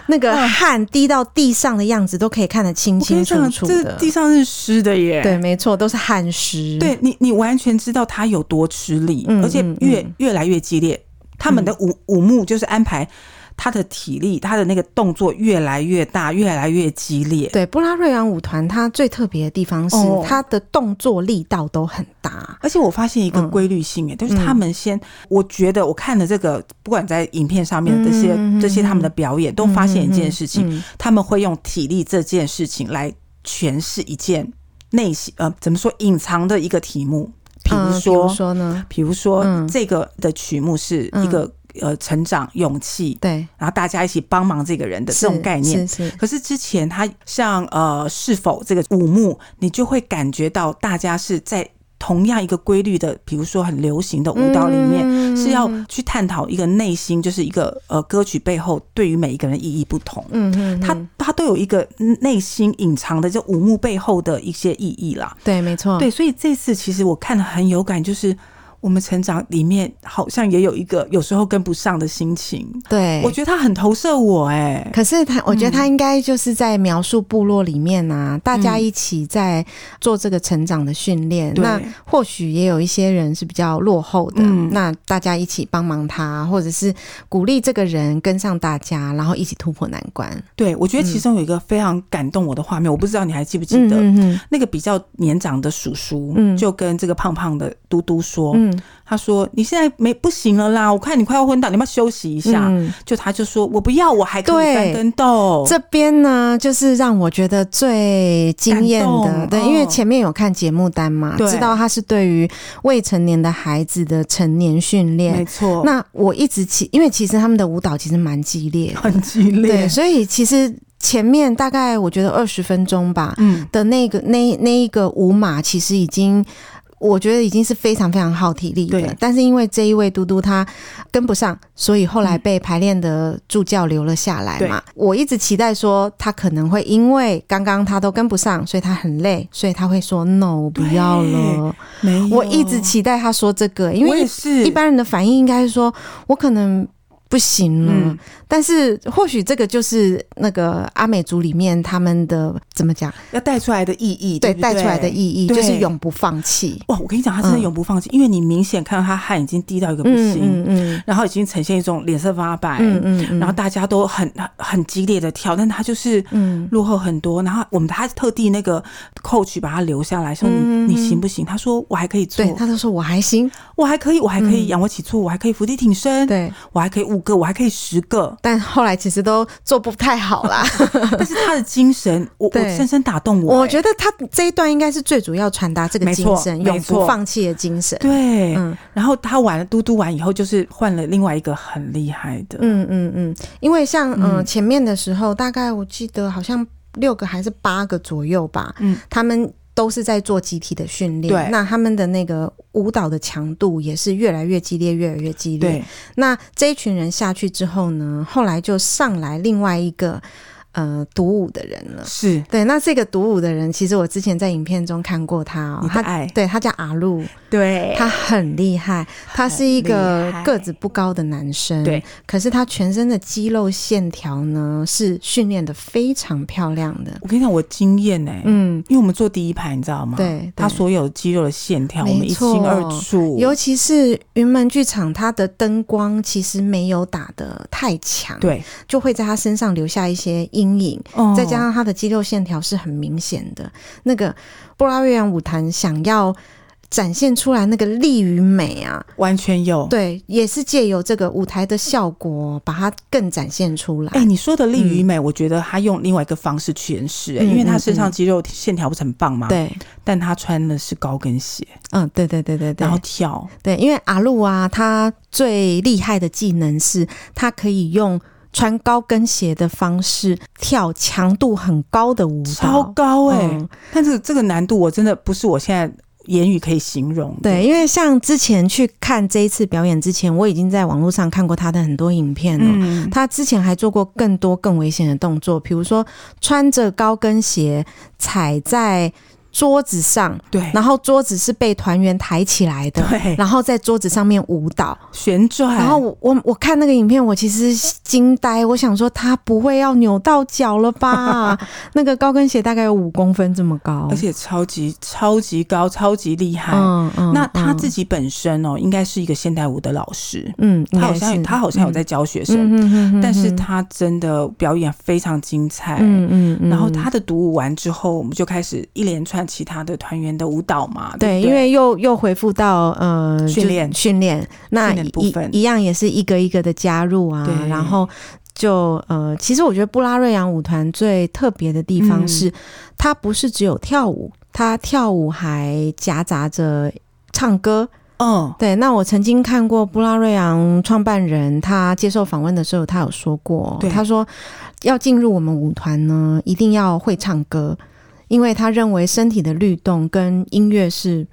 Speaker 2: 那个汗滴到地上的样子都可以看得清
Speaker 3: 我跟
Speaker 2: 清
Speaker 3: 你
Speaker 2: 楚
Speaker 3: 讲，
Speaker 2: 楚
Speaker 3: 这
Speaker 2: 的。
Speaker 3: 地上是湿的耶。
Speaker 2: 对，没错，都是汗湿。
Speaker 3: 对你，你完全知道他有多吃力，
Speaker 2: 嗯
Speaker 3: 而且
Speaker 2: 嗯
Speaker 3: 越
Speaker 2: 嗯
Speaker 3: 越来越激烈。他们的舞舞幕就是安排他的体力，他的那个动作越来越大，越来越激烈。
Speaker 2: 对，布拉瑞扬舞团它最特别的地方是
Speaker 3: 哦
Speaker 2: 它的动作力道都很大。
Speaker 3: 而且我发现一个
Speaker 2: 嗯
Speaker 3: 规律性、哎、就是
Speaker 2: 嗯
Speaker 3: 他们先，我觉得我看了这个，不管在影片上面的这些、
Speaker 2: 嗯嗯嗯
Speaker 3: 这些他们的表演，都发现一件事情，
Speaker 2: 嗯，嗯
Speaker 3: 他们会用体力这件事情来诠释一件内心呃怎么说隐藏的一个题目，比
Speaker 2: 嗯
Speaker 3: 如
Speaker 2: 比如
Speaker 3: 说，
Speaker 2: 说呢，
Speaker 3: 比如说、
Speaker 2: 嗯
Speaker 3: 这个的曲目是一个、呃成长、勇气，
Speaker 2: 对，
Speaker 3: 然后大家一起帮忙这个人的这种
Speaker 2: 是
Speaker 3: 概念。
Speaker 2: 是是，
Speaker 3: 可是之前他像呃是否这个五幕，你就会感觉到大家是在同样一个规律的，比如说很流行的舞蹈里面。
Speaker 2: 嗯
Speaker 3: 是要去探讨一个内心，就是一个呃歌曲背后对于每一个人意义不同，
Speaker 2: 嗯嗯，
Speaker 3: 他
Speaker 2: 嗯
Speaker 3: 他都有一个内心隐藏的，就五幕背后的一些意义啦。
Speaker 2: 对，没错，
Speaker 3: 对，所以这次其实我看了很有感，就是我们成长里面好像也有一个有时候跟不上的心情。
Speaker 2: 对
Speaker 3: 我。觉得他很投射我、哎，
Speaker 2: 可是他，我觉得他应该就是在描述部落里面啊，大家一起在做这个成长的训练。
Speaker 3: 嗯对
Speaker 2: 那或许也有一些人是比较落后的，
Speaker 3: 嗯
Speaker 2: 那大家一起帮忙他，或者是鼓励这个人跟上大家，然后一起突破难关。
Speaker 3: 对我觉得其中有一个非常感动我的画面，我不知道你还记不记得。
Speaker 2: 嗯嗯
Speaker 3: 那个比较年长的叔叔，
Speaker 2: 嗯
Speaker 3: 就跟这个胖胖的嘟嘟说，
Speaker 2: 嗯，
Speaker 3: 他说：“你现在没不行了啦，我看你快要昏倒，你要不要休息一下？”
Speaker 2: 嗯
Speaker 3: 就他就说：“我不要，我还可以
Speaker 2: 对
Speaker 3: 翻跟斗。”
Speaker 2: 这边呢，就是让我觉得最惊艳的，
Speaker 3: 感动
Speaker 2: 对，
Speaker 3: 哦
Speaker 2: 因为前面有看节目单嘛，
Speaker 3: 对
Speaker 2: 知道他是对于未成年的孩子的成年训
Speaker 3: 没
Speaker 2: 练。
Speaker 3: 错，
Speaker 2: 那我一直其，因为其实他们的舞蹈其实蛮激烈的，
Speaker 3: 很激
Speaker 2: 对，
Speaker 3: 烈。
Speaker 2: 所以其实前面大概我觉得二十分钟吧
Speaker 3: 嗯，
Speaker 2: 的那个那那一个舞马，其实已经。我觉得已经是非常非常耗体力的
Speaker 3: 对，
Speaker 2: 但是因为这一位嘟嘟他跟不上，所以后来被排练的助教留了下来嘛。我一直期待说他可能会因为刚刚他都跟不上，所以他很累，所以他会说 no 我不要了。
Speaker 3: 没有，
Speaker 2: 我一直期待他说这个，因
Speaker 3: 哎我
Speaker 2: 为
Speaker 3: 也是
Speaker 2: 一般人的反应应该是说，我可能不行了。
Speaker 3: 嗯
Speaker 2: 但是或许这个就是那个阿美族里面他们的怎么讲？
Speaker 3: 要带出来的意义，
Speaker 2: 对，
Speaker 3: 不
Speaker 2: 带出来的意义
Speaker 3: 对
Speaker 2: 就是永不放弃。
Speaker 3: 哇，我跟你讲，他真的
Speaker 2: 嗯
Speaker 3: 永不放弃，因为你明显看到他汗已经滴到一个不
Speaker 2: 嗯
Speaker 3: 行，
Speaker 2: 嗯嗯
Speaker 3: 然后已经呈现一种脸色发白，
Speaker 2: 嗯嗯嗯，
Speaker 3: 然后大家都很很激烈的跳，但他就是
Speaker 2: 嗯
Speaker 3: 落后很多。然后我们他特地那个 coach 把他留下来，说你、
Speaker 2: 嗯嗯嗯
Speaker 3: 你行不行？他说我还可以做
Speaker 2: 对，，他都说我还行，
Speaker 3: 我还可以，我还可以仰卧起坐，我还可以伏地挺身，
Speaker 2: 对，。
Speaker 3: 我还可以五个，我还可以十个
Speaker 2: 但后来其实都做不太好 啦。
Speaker 3: 但是他的精神，我我
Speaker 2: 对
Speaker 3: 深深打动我、
Speaker 2: 我
Speaker 3: 得
Speaker 2: 觉得他这一段应该是最主要传达这个
Speaker 3: 没
Speaker 2: 精
Speaker 3: 错
Speaker 2: 神，
Speaker 3: 没
Speaker 2: 永不
Speaker 3: 错
Speaker 2: 放弃的精神。
Speaker 3: 欸对。
Speaker 2: 嗯
Speaker 3: 然后他玩了嘟嘟完以后，就是换了另外一个很厉害的，
Speaker 2: 嗯嗯嗯，因为像嗯、呃
Speaker 3: 嗯
Speaker 2: 前面的时候，大概我记得好像六个还是八个左右吧，
Speaker 3: 嗯，
Speaker 2: 他们都是在做集体的训练，
Speaker 3: 对
Speaker 2: 那他们的那个舞蹈的强度也是越来越激烈，越来越激烈。
Speaker 3: 嗯对，
Speaker 2: 那这一群人下去之后呢，后来就上来另外一个呃独舞的人了。
Speaker 3: 是
Speaker 2: 对，那这个独舞的人，其实我之前在影片中看过他哦
Speaker 3: 你，的
Speaker 2: 他
Speaker 3: 爱，
Speaker 2: 对他叫阿路，
Speaker 3: 对
Speaker 2: 他很厉害，他是一
Speaker 3: 很
Speaker 2: 个
Speaker 3: 厉害
Speaker 2: 个子不高的男生，
Speaker 3: 对，
Speaker 2: 可是他全身的肌肉线条呢是训练的非常漂亮的，
Speaker 3: 我跟你讲，我惊艳哎、
Speaker 2: 嗯，
Speaker 3: 因为我们坐第一排，你知道吗？，
Speaker 2: 对，
Speaker 3: 他
Speaker 2: 对
Speaker 3: 所有肌肉的线条，
Speaker 2: 没
Speaker 3: 我们一清二楚。
Speaker 2: 尤其是云门剧场，它的灯光其实没有打的太强，，
Speaker 3: 对，
Speaker 2: 就会在他身上留下一些阴影，
Speaker 3: 哦
Speaker 2: 再加上他的肌肉线条是很明显的。那个布拉瑞扬舞团想要展现出来那个力与美啊，
Speaker 3: 完全有。
Speaker 2: 对，也是借由这个舞台的效果，把它更展现出来。
Speaker 3: 哎、你说的力与美，我觉得他用另外一个方式诠释、哎
Speaker 2: 嗯
Speaker 3: 因为他
Speaker 2: 嗯
Speaker 3: 身上肌肉线条不是很棒嘛，，
Speaker 2: 对，
Speaker 3: 但他穿的是高跟鞋，
Speaker 2: 嗯，对对对对对
Speaker 3: 然后，跳，
Speaker 2: 对，因为阿露啊，他最厉害的技能是，他可以用穿高跟鞋的方式跳强度很高的舞蹈，
Speaker 3: 超高哎、
Speaker 2: 嗯
Speaker 3: 但是这个难度我真的不是我现在言语可以形容的。
Speaker 2: 对，因为像之前去看这一次表演之前，我已经在网络上看过他的很多影片了。
Speaker 3: 嗯，
Speaker 2: 他之前还做过更多更危险的动作，比如说穿着高跟鞋踩在桌子上，
Speaker 3: 对，
Speaker 2: 然后桌子是被团员抬起来的，
Speaker 3: 对
Speaker 2: 然后在桌子上面舞蹈。
Speaker 3: 旋转，
Speaker 2: 然后我我我看那个影片，我其实惊呆，我想说他不会要扭到脚了 吧？那个高跟鞋大概有五公分这么高
Speaker 3: 而，且超级超级高，超级厉害。
Speaker 2: 哦嗯嗯
Speaker 3: 那他
Speaker 2: 嗯
Speaker 3: 自己本身哦，应该是一个现代舞的老师，
Speaker 2: 嗯，应
Speaker 3: 他
Speaker 2: 该
Speaker 3: 好像
Speaker 2: 是
Speaker 3: 他好像有在教学
Speaker 2: 嗯嗯
Speaker 3: 生，
Speaker 2: 嗯嗯
Speaker 3: 但是他真的表演非常精彩。
Speaker 2: 嗯嗯嗯，
Speaker 3: 然后他的独舞完之后，我们就开始一连串其他的团员的舞蹈嘛，
Speaker 2: 对，
Speaker 3: 不
Speaker 2: 因为又又回复到呃
Speaker 3: 训
Speaker 2: 就
Speaker 3: 练
Speaker 2: 训练，那
Speaker 3: 训练
Speaker 2: 一
Speaker 3: 部分
Speaker 2: 一一样也是一个一个的加入啊
Speaker 3: 对，
Speaker 2: 然后就呃，其实我觉得布拉瑞扬舞团最特别的地方
Speaker 3: 嗯
Speaker 2: 是，它不是只有跳舞，它跳舞还夹杂着。唱歌，
Speaker 3: 嗯，
Speaker 2: 对，那我曾经看过布拉瑞扬创办人他接受访问的时候，他有说过
Speaker 3: 对，
Speaker 2: 他说要进入我们舞团呢，一定要会唱歌，因为他认为身体的律动跟音乐是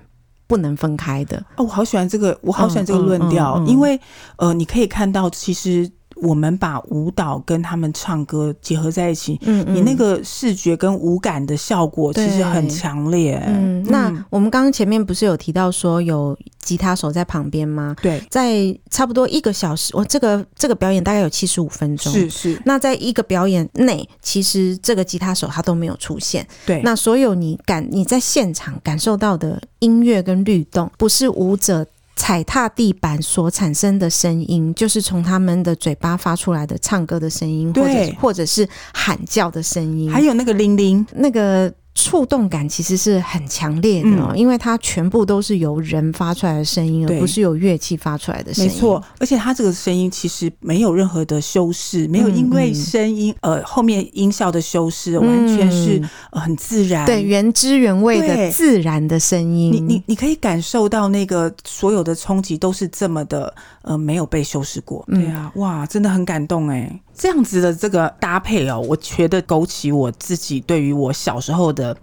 Speaker 2: 不能分开的。
Speaker 3: 哦，我好喜欢这个，我好喜欢这个
Speaker 2: 嗯嗯
Speaker 3: 论调，
Speaker 2: 嗯嗯
Speaker 3: 因为呃，你可以看到，其实我们把舞蹈跟他们唱歌结合在一起，
Speaker 2: 嗯，
Speaker 3: 你那个视觉跟舞感的效果其实
Speaker 2: 对
Speaker 3: 很强烈。
Speaker 2: 嗯，那我们刚刚前面不是有提到说有吉他手在旁边吗？
Speaker 3: 对，
Speaker 2: 在差不多一个小时，我这个这个表演大概有七十五分钟。
Speaker 3: 是是，
Speaker 2: 那在一个表演内，其实这个吉他手他都没有出现。
Speaker 3: 对，
Speaker 2: 那所有你感你在现场感受到的音乐跟律动，不是舞者踩踏地板所产生的声音，就是从他们的嘴巴发出来的唱歌的声音，或
Speaker 3: 对
Speaker 2: 者或者是喊叫的声音，
Speaker 3: 还有那个铃铃，
Speaker 2: 那个。触动感其实是很强烈的、哦，因为它全部都是由人发出来的声音，
Speaker 3: 嗯对
Speaker 2: 而不是由乐器发出来的声
Speaker 3: 没
Speaker 2: 音。
Speaker 3: 错，，而且它这个声音其实没有任何的修饰，没有
Speaker 2: 嗯
Speaker 3: 因为
Speaker 2: 嗯
Speaker 3: 声音、呃后面音效的修饰，完全是、
Speaker 2: 嗯
Speaker 3: 呃很自然。
Speaker 2: 对原汁原味
Speaker 3: 对
Speaker 2: 的自然的声音。
Speaker 3: 你你你可以感受到那个所有的冲击都是这么的，呃，没有被修饰过。
Speaker 2: 嗯
Speaker 3: 对啊，哇，真的很感动哎！这样子的这个搭配哦，我觉得勾起我自己对于我小时候的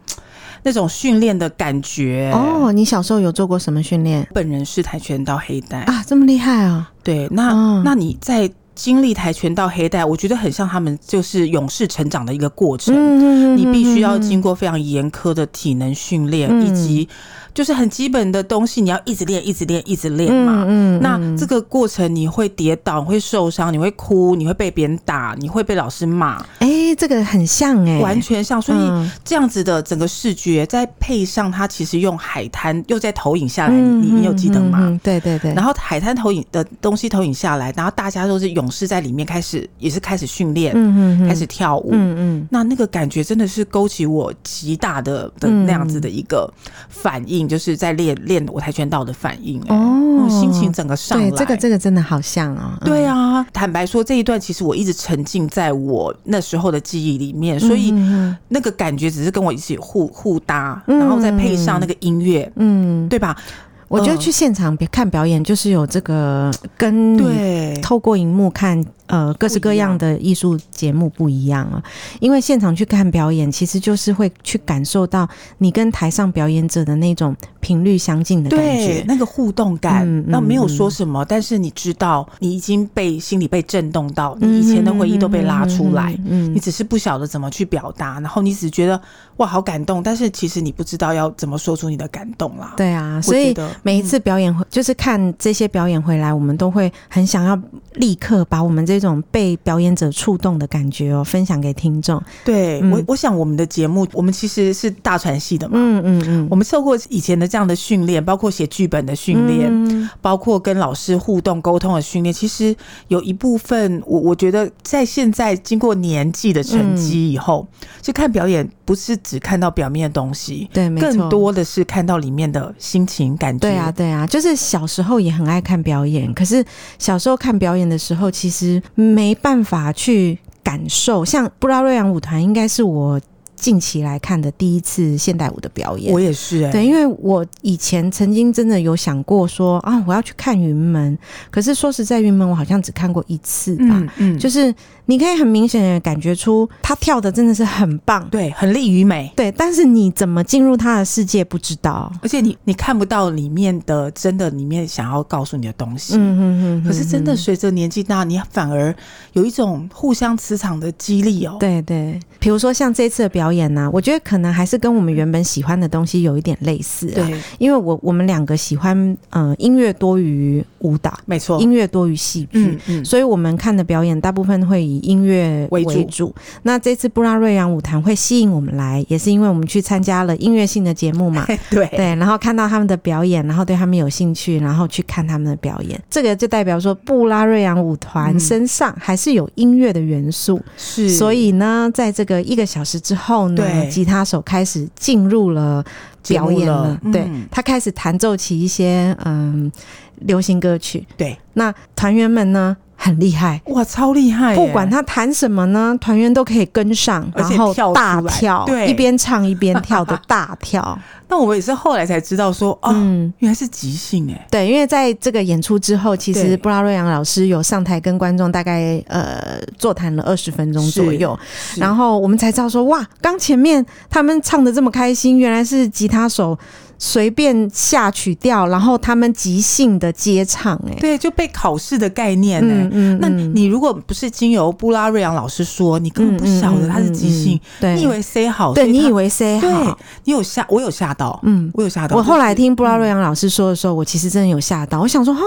Speaker 3: 那种训练的感觉。
Speaker 2: 哦，你小时候有做过什么训练
Speaker 3: 本人是跆拳道黑带，
Speaker 2: 啊？这么厉害啊！
Speaker 3: 对，那、
Speaker 2: 嗯
Speaker 3: 那你在经历跆拳道黑带，我觉得很像他们就是勇士成长的一个过程。
Speaker 2: 嗯
Speaker 3: 你必须要
Speaker 2: 经。
Speaker 3: 经过非常严苛的体能训练，
Speaker 2: 嗯
Speaker 3: 以及就是很基本的东西，你要一直练，一直练，一直练嘛。
Speaker 2: 嗯嗯，
Speaker 3: 那
Speaker 2: 嗯
Speaker 3: 这个过程你会跌倒，你会受伤，你会哭，你会被别人打，你会被老师骂，
Speaker 2: 哎、这个很像哎、
Speaker 3: 完全像。所以
Speaker 2: 嗯
Speaker 3: 这样子的整个视觉，再配上它其实用海滩又在投影下来，
Speaker 2: 嗯
Speaker 3: 你你有记得吗？
Speaker 2: 嗯嗯嗯对对对，
Speaker 3: 然
Speaker 2: 后
Speaker 3: 后海滩投影的东西投影下来，然后大家都是勇士在里面开始也是开始训练，
Speaker 2: 嗯
Speaker 3: 开始跳舞。
Speaker 2: 嗯嗯
Speaker 3: 那那个感觉真的是勾起我极大的的那样
Speaker 2: 嗯
Speaker 3: 子的一个反应，就是在练练我跆拳道的反应、欸，
Speaker 2: 哦
Speaker 3: 嗯心情整个上来。
Speaker 2: 对，这个这个真的好像哦，嗯
Speaker 3: 对啊，坦白说这一段其实我一直沉浸在我那时候的记忆里面，所以
Speaker 2: 嗯
Speaker 3: 那个感觉只是跟我一起互互搭，
Speaker 2: 嗯
Speaker 3: 然后再配上那个音乐，
Speaker 2: 嗯，嗯
Speaker 3: 对吧？
Speaker 2: 我觉得
Speaker 3: 嗯
Speaker 2: 去现场别看表演就是有这个跟你
Speaker 3: 对，
Speaker 2: 透过荧幕看，呃，各式各样的艺术节目不一样啊。因为现场去看表演，其实就是会去感受到你跟台上表演者的那种频率相近的感
Speaker 3: 对，
Speaker 2: 觉。
Speaker 3: 那个互动感
Speaker 2: 嗯，嗯
Speaker 3: 那、没有说什么，但是你知道，你已经被心里被震动到，你以前的回忆都被拉出来，
Speaker 2: 嗯，
Speaker 3: 你只是不晓得怎么去表达，然后你只觉得哇好感动，但是其实你不知道要怎么说出你的感动啦。
Speaker 2: 对啊，
Speaker 3: 我
Speaker 2: 所
Speaker 3: 觉
Speaker 2: 以
Speaker 3: 得嗯
Speaker 2: 每一次表演回，就是看这些表演回来，我们都会很想要立刻把我们这种被表演者触动的感觉哦，分享给听众。
Speaker 3: 对、
Speaker 2: 嗯
Speaker 3: 我，我想我们的节目，我们其实是大传系的嘛。
Speaker 2: 嗯嗯嗯，
Speaker 3: 我们受过以前的这样的训练，包括写剧本的训练，
Speaker 2: 嗯
Speaker 3: 包括跟老师互动沟通的训练，其实有一部分，我我觉得在现在经过年纪的沉
Speaker 2: 嗯
Speaker 3: 积以后，去看表演不是只看到表面的东西，
Speaker 2: 对，没错，
Speaker 3: 更多的是看到里面的心情感觉。
Speaker 2: 对啊，，对啊，就是小时候也很爱看表演，可是小时候看表演的时候，其实没办法去感受。像布拉瑞扬舞团，应该是我近期来看的第一次现代舞的表演
Speaker 3: 我。也是、欸，
Speaker 2: 对，因为我以前曾经真的有想过说啊，我要去看云门，可是说实在，云门我好像只看过一次吧。
Speaker 3: 嗯嗯，就
Speaker 2: 就是你可以很明显的感觉出他跳的真的是很棒，
Speaker 3: 对，很利于美。
Speaker 2: 对，但是你怎么进入他的世界不知道。
Speaker 3: 而且你你看不到里面的真的里面想要告诉你的东西，
Speaker 2: 嗯嗯嗯，
Speaker 3: 可是真的随着年纪大，你反而有一种互相磁场的激励哦。
Speaker 2: 对对，比如说像这次的表表演呢、我觉得可能还是跟我们原本喜欢的东西有一点类似、啊。，
Speaker 3: 对，
Speaker 2: 因为我我们两个喜欢呃音乐多于舞蹈，
Speaker 3: 没错，
Speaker 2: 音乐多于戏剧。
Speaker 3: 哦嗯嗯，
Speaker 2: 所以我们看的表演大部分会以音乐
Speaker 3: 为
Speaker 2: 为
Speaker 3: 主
Speaker 2: 主。那这次布拉瑞扬舞团会吸引我们来，也是因为我们去参加了音乐性的节目嘛。
Speaker 3: 对
Speaker 2: 对，然后看到他们的表演，然后对他们有兴趣，然后去看他们的表演，这个就代表说布拉瑞扬舞团
Speaker 3: 嗯
Speaker 2: 身上还是有音乐的元素。
Speaker 3: 是，
Speaker 2: 所以呢，在这个一个小时之后呢
Speaker 3: 对，
Speaker 2: 吉他手开始进入了
Speaker 3: 进入
Speaker 2: 表演
Speaker 3: 了
Speaker 2: 了，对、
Speaker 3: 嗯
Speaker 2: 他开始弹奏起一些嗯流行歌曲。
Speaker 3: 对，
Speaker 2: 那团员们呢很厉害。
Speaker 3: 哇，超厉害耶，
Speaker 2: 不管他弹什么呢，团员都可以跟上，
Speaker 3: 哎而
Speaker 2: 然
Speaker 3: 且
Speaker 2: 后
Speaker 3: 跳出
Speaker 2: 大
Speaker 3: 来
Speaker 2: 跳，
Speaker 3: 对
Speaker 2: 一边唱一边跳的大 跳。
Speaker 3: 那我也是后来才知道说，哦，
Speaker 2: 嗯，
Speaker 3: 原来是即兴哎，
Speaker 2: 对，因为在这个演出之后，其
Speaker 3: 对
Speaker 2: 实布拉瑞扬老师有上台跟观众大概呃座谈了二十分钟
Speaker 3: 是
Speaker 2: 左右，
Speaker 3: 是
Speaker 2: 然后我们才知道说，哇，刚前面他们唱的这么开心，原来是吉他手随便下曲调，然后他们即兴的接唱、哎，
Speaker 3: 对就被考试的概念哎。
Speaker 2: 嗯嗯，
Speaker 3: 那
Speaker 2: 嗯
Speaker 3: 你如果不是经由布拉瑞扬老师说，你根本不晓得他是即
Speaker 2: 嗯
Speaker 3: 兴，，
Speaker 2: 嗯嗯嗯嗯对，
Speaker 3: 你以为 say 好，
Speaker 2: 对你以
Speaker 3: 为
Speaker 2: 为 say
Speaker 3: 对
Speaker 2: 好，
Speaker 3: 你有吓，我有吓到，
Speaker 2: 嗯。
Speaker 3: 我有吓到。
Speaker 2: 我后
Speaker 3: 就是
Speaker 2: 来听布拉瑞扬老师说的时候，我其实真的有吓到，我想说哈，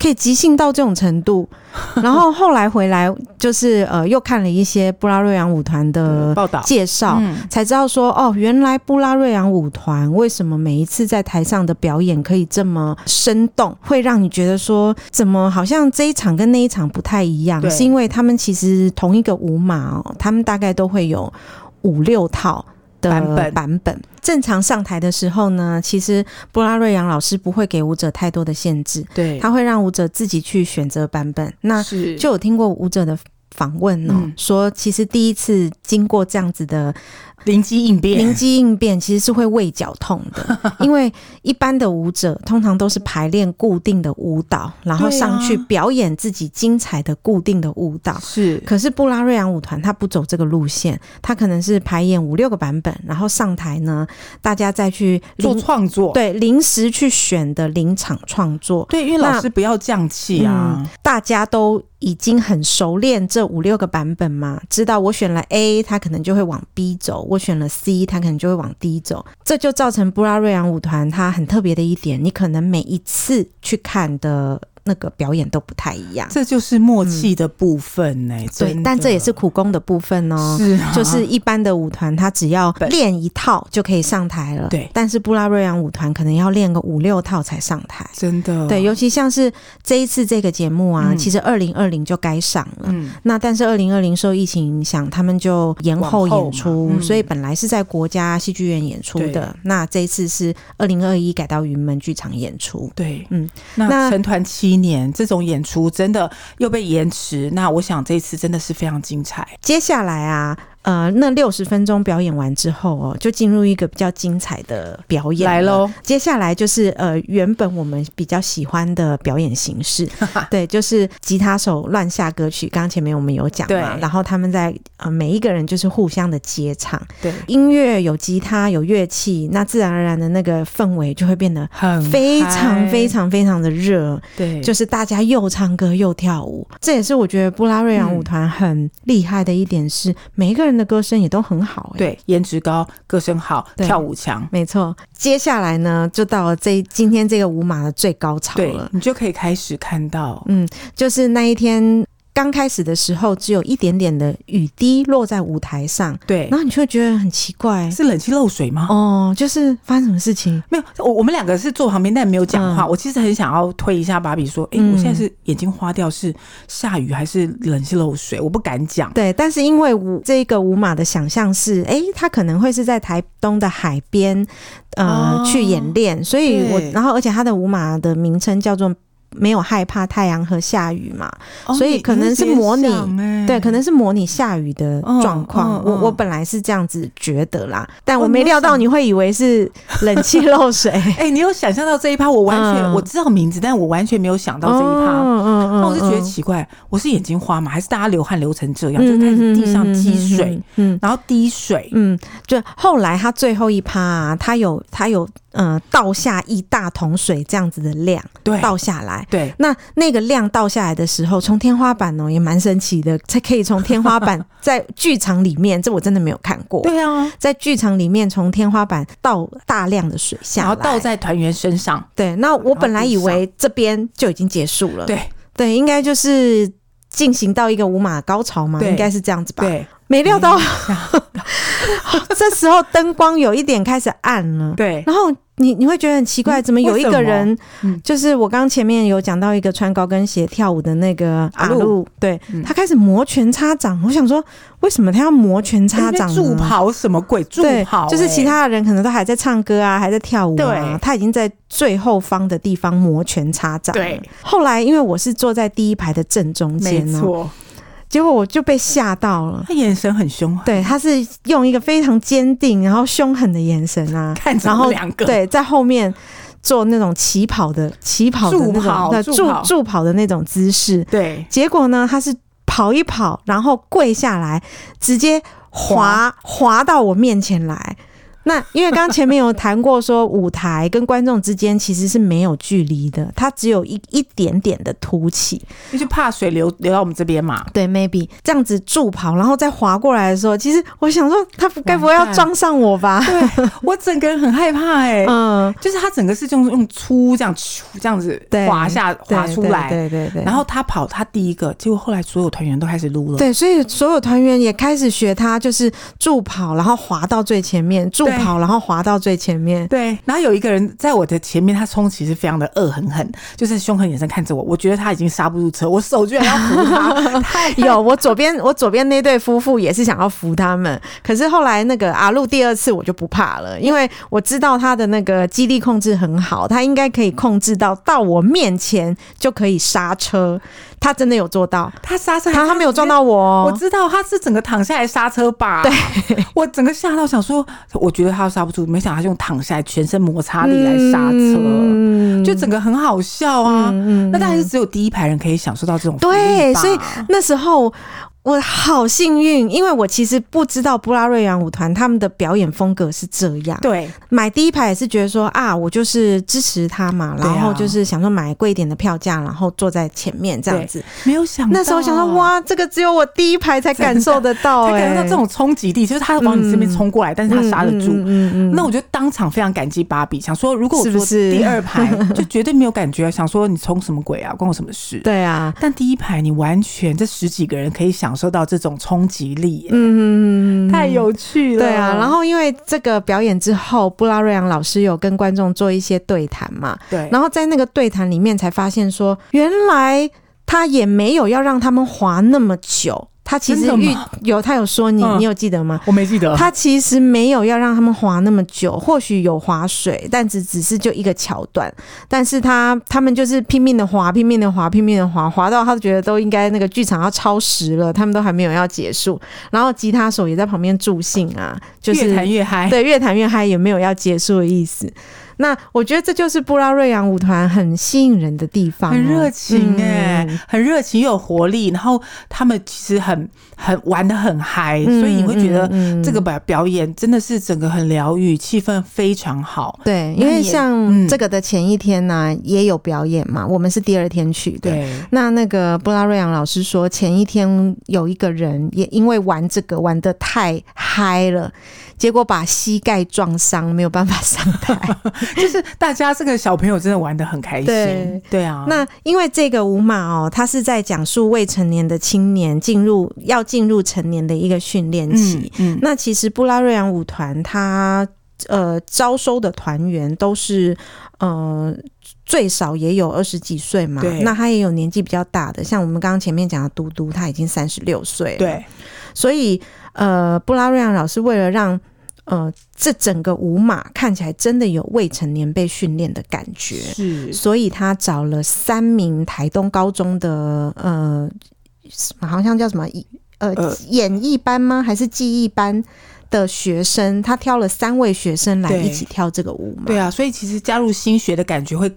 Speaker 2: 可以即兴到这种程度。然后后来回来就是呃，又看了一些布拉瑞扬舞团的
Speaker 3: 报道
Speaker 2: 介绍，
Speaker 3: 嗯
Speaker 2: 才知道说哦，原来布拉瑞扬舞团为什么每一次在台上的表演可以这么生动，会让你觉得说怎么好像这一场跟那一场不太一样
Speaker 3: 对，
Speaker 2: 是因为他们其实同一个舞码哦，他们大概都会有五六套。的
Speaker 3: 版本
Speaker 2: 版本正常上台的时候呢，其实布拉瑞扬老师不会给舞者太多的限制，
Speaker 3: 对，
Speaker 2: 他会让舞者自己去选择版本。那
Speaker 3: 是
Speaker 2: 就有听过舞者的访问哦，
Speaker 3: 嗯
Speaker 2: 说其实第一次经过这样子的
Speaker 3: 灵机应变，
Speaker 2: 灵机应变其实是会胃绞痛 的，因为一般的舞者通常都是排练固定的舞蹈，然后
Speaker 3: 对啊
Speaker 2: 上去表演自己精彩的固定的舞蹈。
Speaker 3: 是
Speaker 2: 可是布拉瑞扬舞团他不走这个路线，他可能是排演五六个版本，然后上台呢，大家再去
Speaker 3: 做
Speaker 2: 临
Speaker 3: 创作，
Speaker 2: 对临时去选的临场创作。
Speaker 3: 对，因为
Speaker 2: 那嗯
Speaker 3: 老师不要降气啊，
Speaker 2: 大家都已经很熟练这五六个版本嘛，知道我选了 A，他可能就会往 B 走；我选了 C，他可能就会往 D 走。这就造成布拉瑞扬舞团它很特别的一点，你可能每一次去看的那个表演都不太一样。
Speaker 3: 这就是默契的部分呢。
Speaker 2: 嗯
Speaker 3: 真
Speaker 2: 对
Speaker 3: 的，
Speaker 2: 但这也是苦工的部分哦。
Speaker 3: 是啊
Speaker 2: 就是一般的舞团，他只要
Speaker 3: 对
Speaker 2: 练一套就可以上台了。
Speaker 3: 对
Speaker 2: 但是布拉瑞扬舞团可能要练个五六套才上台。
Speaker 3: 真的
Speaker 2: 对，，尤其像是这一次这个节目啊，
Speaker 3: 哦嗯
Speaker 2: 其实二零二零就该上了。
Speaker 3: 嗯，
Speaker 2: 那但是二零二零受疫情影响，他们就延后
Speaker 3: 往后嘛
Speaker 2: 演出，
Speaker 3: 嗯
Speaker 2: 所以本来是在国家戏剧院演出
Speaker 3: 对
Speaker 2: 的。那这一次是二零二一改到云门剧场演出。
Speaker 3: 对，嗯
Speaker 2: 嗯，
Speaker 3: 那
Speaker 2: 那
Speaker 3: 成团七年，这种演出真的又被延迟。那我想这次真的是非常精彩，
Speaker 2: 接下来啊，呃，那六十分钟表演完之后哦，就进入一个比较精彩的表演
Speaker 3: 来
Speaker 2: 了。
Speaker 3: 喽，
Speaker 2: 接下来就是呃，原本我们比较喜欢的表演形式，对，就是吉他手乱下歌曲。刚刚前面我们有讲
Speaker 3: 对
Speaker 2: 嘛，然后他们在呃每一个人就是互相的接唱，
Speaker 3: 对，
Speaker 2: 音乐有吉他有乐器，那自然而然的那个氛围就会变得
Speaker 3: 很
Speaker 2: 非常
Speaker 3: 嗨
Speaker 2: 非常非常的热，
Speaker 3: 对，
Speaker 2: 就是大家又唱歌又跳舞。这也是我觉得布拉瑞扬舞团很厉害的一点是，每一个人的歌声也都很好、欸，
Speaker 3: 对，颜值高，歌声好，
Speaker 2: 对
Speaker 3: 跳舞强，
Speaker 2: 没错，接下来呢，就到了这今天这个舞马的最高潮
Speaker 3: 对
Speaker 2: 了，嗯
Speaker 3: 你就可以开始看到，
Speaker 2: 就是那一天刚开始的时候，只有一点点的雨滴落在舞台上，
Speaker 3: 对
Speaker 2: 然，后你就会觉得很奇怪，
Speaker 3: 是冷气漏水吗？
Speaker 2: 哦，就是发生什么事情？
Speaker 3: 没有，我我们两个是坐旁边，但没有讲话。
Speaker 2: 嗯
Speaker 3: 我其实很想要推一下芭比，说：“哎、
Speaker 2: 嗯
Speaker 3: 我现在是眼睛花掉，是下雨还是冷气漏水？”我不敢讲。
Speaker 2: 对，但是因为舞这个舞马的想象是，诶，它可能会是在台东的海边，呃，
Speaker 3: 哦
Speaker 2: 去演练，所以我
Speaker 3: 对
Speaker 2: 然后而且它的舞马的名称叫做没有害怕太阳和下雨嘛，
Speaker 3: 哦
Speaker 2: 所以
Speaker 3: 你
Speaker 2: 可能
Speaker 3: 你
Speaker 2: 是
Speaker 3: 直接
Speaker 2: 模拟
Speaker 3: 想哎
Speaker 2: 对，可能是模拟下雨的状况。
Speaker 3: 嗯嗯
Speaker 2: 我
Speaker 3: 嗯
Speaker 2: 我本来是这样子觉得啦，但
Speaker 3: 哦
Speaker 2: 我
Speaker 3: 你
Speaker 2: 没
Speaker 3: 有
Speaker 2: 料到
Speaker 3: 想
Speaker 2: 你会以为是冷气漏水。
Speaker 3: 哎、你有想象到这一趴？我完全、
Speaker 2: 嗯
Speaker 3: 我知道名字，但我完全没有想到这一趴。
Speaker 2: 嗯嗯嗯
Speaker 3: 那我就觉得奇怪，我是眼睛花吗？还是大家流汗流成这样，
Speaker 2: 嗯
Speaker 3: 就开始地上积水，，
Speaker 2: 嗯嗯嗯嗯嗯嗯嗯嗯
Speaker 3: 然后滴水，
Speaker 2: 嗯，就后来他最后一趴、啊，他有他有呃倒下一大桶水这样子的量
Speaker 3: 对
Speaker 2: 倒下来。
Speaker 3: 对，
Speaker 2: 那那个量倒下来的时候，从天花板哦也蛮神奇的，才可以从天花板在剧场里面，这我真的没有看过。
Speaker 3: 对啊，
Speaker 2: 在剧场里面从天花板倒大量的水下
Speaker 3: 然
Speaker 2: 来，
Speaker 3: 后倒在团员身上，
Speaker 2: 对。那我本来以
Speaker 3: 然后
Speaker 2: 为这边就已经结束了，
Speaker 3: 对
Speaker 2: 对，应该就是进行到一个五马高潮嘛，
Speaker 3: 对
Speaker 2: 应该是这样子吧？
Speaker 3: 对
Speaker 2: 没料到， 这时候灯光有一点开始暗了，
Speaker 3: 对，
Speaker 2: 然后你你会觉得很奇怪，
Speaker 3: 嗯
Speaker 2: 怎么有一
Speaker 3: 为什
Speaker 2: 个
Speaker 3: 么
Speaker 2: 人
Speaker 3: 嗯，
Speaker 2: 就是我刚前面有讲到一个穿高跟鞋跳舞的那个阿
Speaker 3: 阿露
Speaker 2: 露，对
Speaker 3: 嗯
Speaker 2: 他开始磨拳擦掌，我想说为什么他要磨拳擦掌呢？
Speaker 3: 哎助跑什么鬼助
Speaker 2: 对
Speaker 3: 跑、，
Speaker 2: 就是其
Speaker 3: 欸
Speaker 2: 他的人可能都还在唱歌啊，还在跳舞啊
Speaker 3: 对，
Speaker 2: 他已经在最后方的地方摩拳擦掌。
Speaker 3: 对，
Speaker 2: 后来因为我是坐在第一排的正中
Speaker 3: 没
Speaker 2: 间呢、
Speaker 3: 错，
Speaker 2: 结果我就被吓到了。
Speaker 3: 他眼神很凶 狠，
Speaker 2: 对，他是用一个非常坚定，然后凶狠的眼神啊，
Speaker 3: 看着
Speaker 2: 然后
Speaker 3: 我们两个，
Speaker 2: 对，在后面做那种起跑的起跑的那
Speaker 3: 助跑
Speaker 2: 种对
Speaker 3: 助
Speaker 2: 助
Speaker 3: 跑
Speaker 2: 助跑的那种姿势。
Speaker 3: 对
Speaker 2: 结果呢，他是跑一跑，然后跪下来，直接滑滑到我面前来。那因为刚前面有谈过，说舞台跟观众之间其实是没有距离的，它只有一一点点的凸起。
Speaker 3: 那就怕水流流到我们这边嘛。
Speaker 2: 对，maybe 这样子助跑，然后再滑过来的时候，其实我想说，他不该不会要撞上我吧？
Speaker 3: 对我整个人很害怕哎、
Speaker 2: 嗯，
Speaker 3: 就是他整个是用用粗这样咻这样子
Speaker 2: 对
Speaker 3: 滑下滑出来，
Speaker 2: 对对对对。
Speaker 3: 然后他跑他第一个，结果后来所有团员都开始撸了，
Speaker 2: 对，所以所有团员也开始学他，就是助跑，然后滑到最前面，助
Speaker 3: 对
Speaker 2: 跑，然后滑到最前面。
Speaker 3: 对，然后有一个人在我的前面，他冲其实非常的恶狠狠，就是凶狠眼神看着我，我觉得他已经刹不住车，我手居然要 扶他，太
Speaker 2: 有，我左边我左边那对夫妇也是想要扶他们，可是后来那个阿路第二次我就不怕了，因为我知道他的那个肌力控制很好，他应该可以控制到到我面前就可以刹车，他真的有做到，
Speaker 3: 他刹 车，
Speaker 2: 他他没有撞到我
Speaker 3: 我
Speaker 2: 哦。
Speaker 3: 知道他是整个躺下来刹车吧？对，我整个吓到想说，我觉得他刹不住，没想到他用躺下来全身摩擦力来刹车，
Speaker 2: 嗯
Speaker 3: 就整个很好笑啊。那当然是只有第一排人可以享受到这种福利
Speaker 2: 对，
Speaker 3: 吧
Speaker 2: 所以那时候我好幸运，因为我其实不知道布拉瑞扬舞团他们的表演风格是这样。
Speaker 3: 对
Speaker 2: 买第一排也是觉得说啊，我就是支持他嘛，
Speaker 3: 对啊
Speaker 2: 然后就是想说买贵一点的票价，然后坐在前面这样子。
Speaker 3: 没有想到
Speaker 2: 那时候想说，哇，这个只有我第一排啊才感受得到、
Speaker 3: 他
Speaker 2: 欸，
Speaker 3: 感受到这种冲击力，就是他往你这边冲过来，但是他刹得住。
Speaker 2: 嗯嗯嗯嗯
Speaker 3: 那我就当场非常感激芭比，想说如果我
Speaker 2: 是不
Speaker 3: 坐
Speaker 2: 是
Speaker 3: 第二排 就绝对没有感觉，想说你冲什么鬼啊，关我什么事？
Speaker 2: 对啊，
Speaker 3: 但第一排你完全这十几个人可以享受到这种冲击力耶，
Speaker 2: 嗯嗯嗯嗯嗯
Speaker 3: 太有趣了。
Speaker 2: 对啊，然后因为这个表演之后，布拉瑞扬老师有跟观众做一些对谈嘛，
Speaker 3: 对，
Speaker 2: 然后在那个对谈里面才发现说，原来他也没有要让他们滑那么久，他其实
Speaker 3: 真的
Speaker 2: 预
Speaker 3: 吗
Speaker 2: 有他有说你，
Speaker 3: 嗯
Speaker 2: 你有记得吗？
Speaker 3: 我没记得
Speaker 2: 他其实没有要让他们滑那么久，或许有划水，但只只是就一个桥段。但是他他们就是拼命的滑，拼命的滑，拼命的滑，滑到他觉得都应该那个剧场要超时了，他们都还没有要结束。然后吉他手也在旁边助兴啊，就是
Speaker 3: 越谈越嗨。
Speaker 2: 对，越弹越嗨，也没有要结束的意思。那我觉得这就是布拉瑞扬舞团很吸引人的地方啊、
Speaker 3: 很热情哎、
Speaker 2: 嗯
Speaker 3: 很热情又有活力，然后他们其实很很玩的很嗨、
Speaker 2: 嗯
Speaker 3: 所以你会觉得
Speaker 2: 嗯嗯
Speaker 3: 这个表表演真的是整个很疗愈，气氛非常好。
Speaker 2: 对，
Speaker 3: 那
Speaker 2: 因为
Speaker 3: 你
Speaker 2: 像
Speaker 3: 嗯
Speaker 2: 这个的前一天呢、也有表演嘛，我们是第二天去的。
Speaker 3: 对，
Speaker 2: 那那个布拉瑞扬老师说，前一天有一个人也因为玩这个玩的太嗨了，结果把膝盖撞伤，没有办法上台。
Speaker 3: 就是大家这个小朋友真的玩的很开心。
Speaker 2: 对
Speaker 3: 啊，
Speaker 2: 那因为这个舞马哦，它是在讲述未成年的青年进入要进入成年的一个训练期。
Speaker 3: 嗯嗯，
Speaker 2: 那其实布拉瑞扬舞团它呃招收的团员都是呃最少也有二十几岁嘛
Speaker 3: 对，
Speaker 2: 那他也有年纪比较大的，像我们刚刚前面讲的嘟嘟，他已经三十六岁了。，
Speaker 3: 对
Speaker 2: 所以呃布拉瑞扬老师为了让呃这整个舞马看起来真的有未成年被训练的感觉，
Speaker 3: 是
Speaker 2: 所以他找了三名台东高中的呃，什么好像叫什么一呃
Speaker 3: 呃
Speaker 2: 演艺班吗？还是技艺班的学生？他挑了三位学生来
Speaker 3: 对
Speaker 2: 一起跳这个舞嘛？
Speaker 3: 对啊，所以其实加入新学的感觉会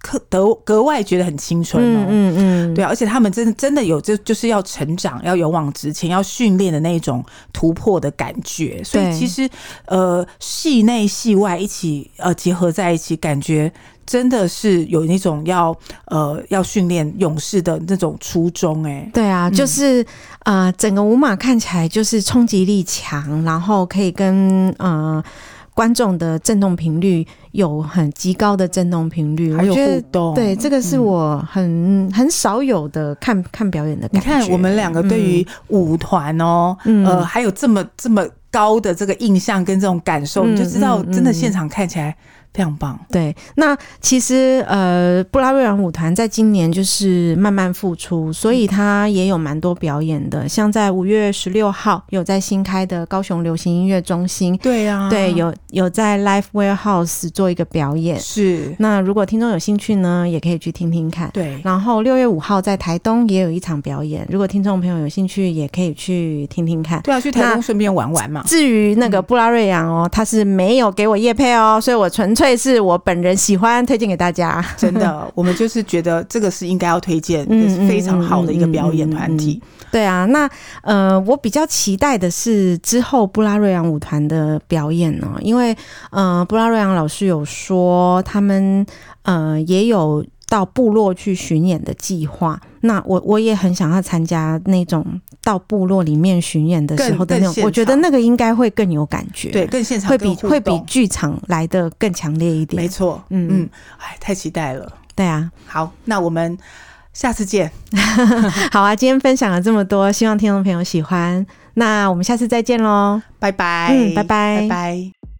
Speaker 3: 可格格外觉得很青春哦。
Speaker 2: 嗯嗯，
Speaker 3: 对啊，而且他们真的真的有就就是要成长，要勇往直前，要训练的那种突破的感觉。所以
Speaker 2: 对
Speaker 3: 其实呃，戏内戏外一起呃结合在一起，感觉真的是有那种要呃要训练勇士的那种初衷、欸。
Speaker 2: 对啊，就是呃，整个舞马看起来就是冲击力强，然后可以跟呃观众的震动频率有很极高的震动频率，
Speaker 3: 还
Speaker 2: 我
Speaker 3: 有
Speaker 2: 觉
Speaker 3: 互
Speaker 2: 得。
Speaker 3: 动，嗯
Speaker 2: 对，这个是我很、很少有的看看表演的
Speaker 3: 你
Speaker 2: 感觉。
Speaker 3: 看，我们两个对于舞团哦，
Speaker 2: 嗯
Speaker 3: 呃，还有这么这么高的这个印象跟这种感受，
Speaker 2: 嗯
Speaker 3: 你就知道
Speaker 2: 嗯
Speaker 3: 真的
Speaker 2: 嗯
Speaker 3: 现场看起来非常棒。
Speaker 2: 对，那其实呃，布拉瑞扬舞团在今年就是慢慢复出，所
Speaker 3: 嗯
Speaker 2: 以它也有蛮多表演的，像在五月十六号有在新开的高雄流行音乐中心，
Speaker 3: 对啊呀、
Speaker 2: 对，有有在 Live Warehouse 做一个表演。
Speaker 3: 是，
Speaker 2: 那如果听众有兴趣呢，也可以去听听看。
Speaker 3: 对，
Speaker 2: 然后六月五号在台东也有一场表演，如果听众朋友有兴趣，也可以去听听看。
Speaker 3: 对啊，去台
Speaker 2: 那
Speaker 3: 东顺便玩 玩嘛。
Speaker 2: 至于那个布拉瑞扬哦，他是没有给我叶配哦，所以我纯粹是我本人喜欢推荐给大家。
Speaker 3: 真的， 我们就是觉得这个是应该要推荐，
Speaker 2: 嗯
Speaker 3: 这是非常好的一个表演团体。
Speaker 2: 对啊，那呃，我比较期待的是之后布拉瑞扬舞团的表演哦，因为呃，布拉瑞扬老师有说他们呃也有到部落去巡演的计划。那我我也很想要参加那种到部落里面巡演的时候的
Speaker 3: 更
Speaker 2: 那种
Speaker 3: 更，现
Speaker 2: 我觉得
Speaker 3: 场
Speaker 2: 那个应该会更有感觉，
Speaker 3: 对，，更现场
Speaker 2: 啊会比
Speaker 3: 更互
Speaker 2: 会比
Speaker 3: 动
Speaker 2: 剧场来的更强烈一
Speaker 3: 没
Speaker 2: 点。
Speaker 3: 错，
Speaker 2: 嗯
Speaker 3: 嗯，哎，太期待了。
Speaker 2: 对啊，
Speaker 3: 好，那我们下次见，
Speaker 2: 好啊，今天分享了这么多，希望听众朋友喜欢。那我们下次再见喽。
Speaker 3: 拜拜，
Speaker 2: 嗯拜拜
Speaker 3: 拜拜。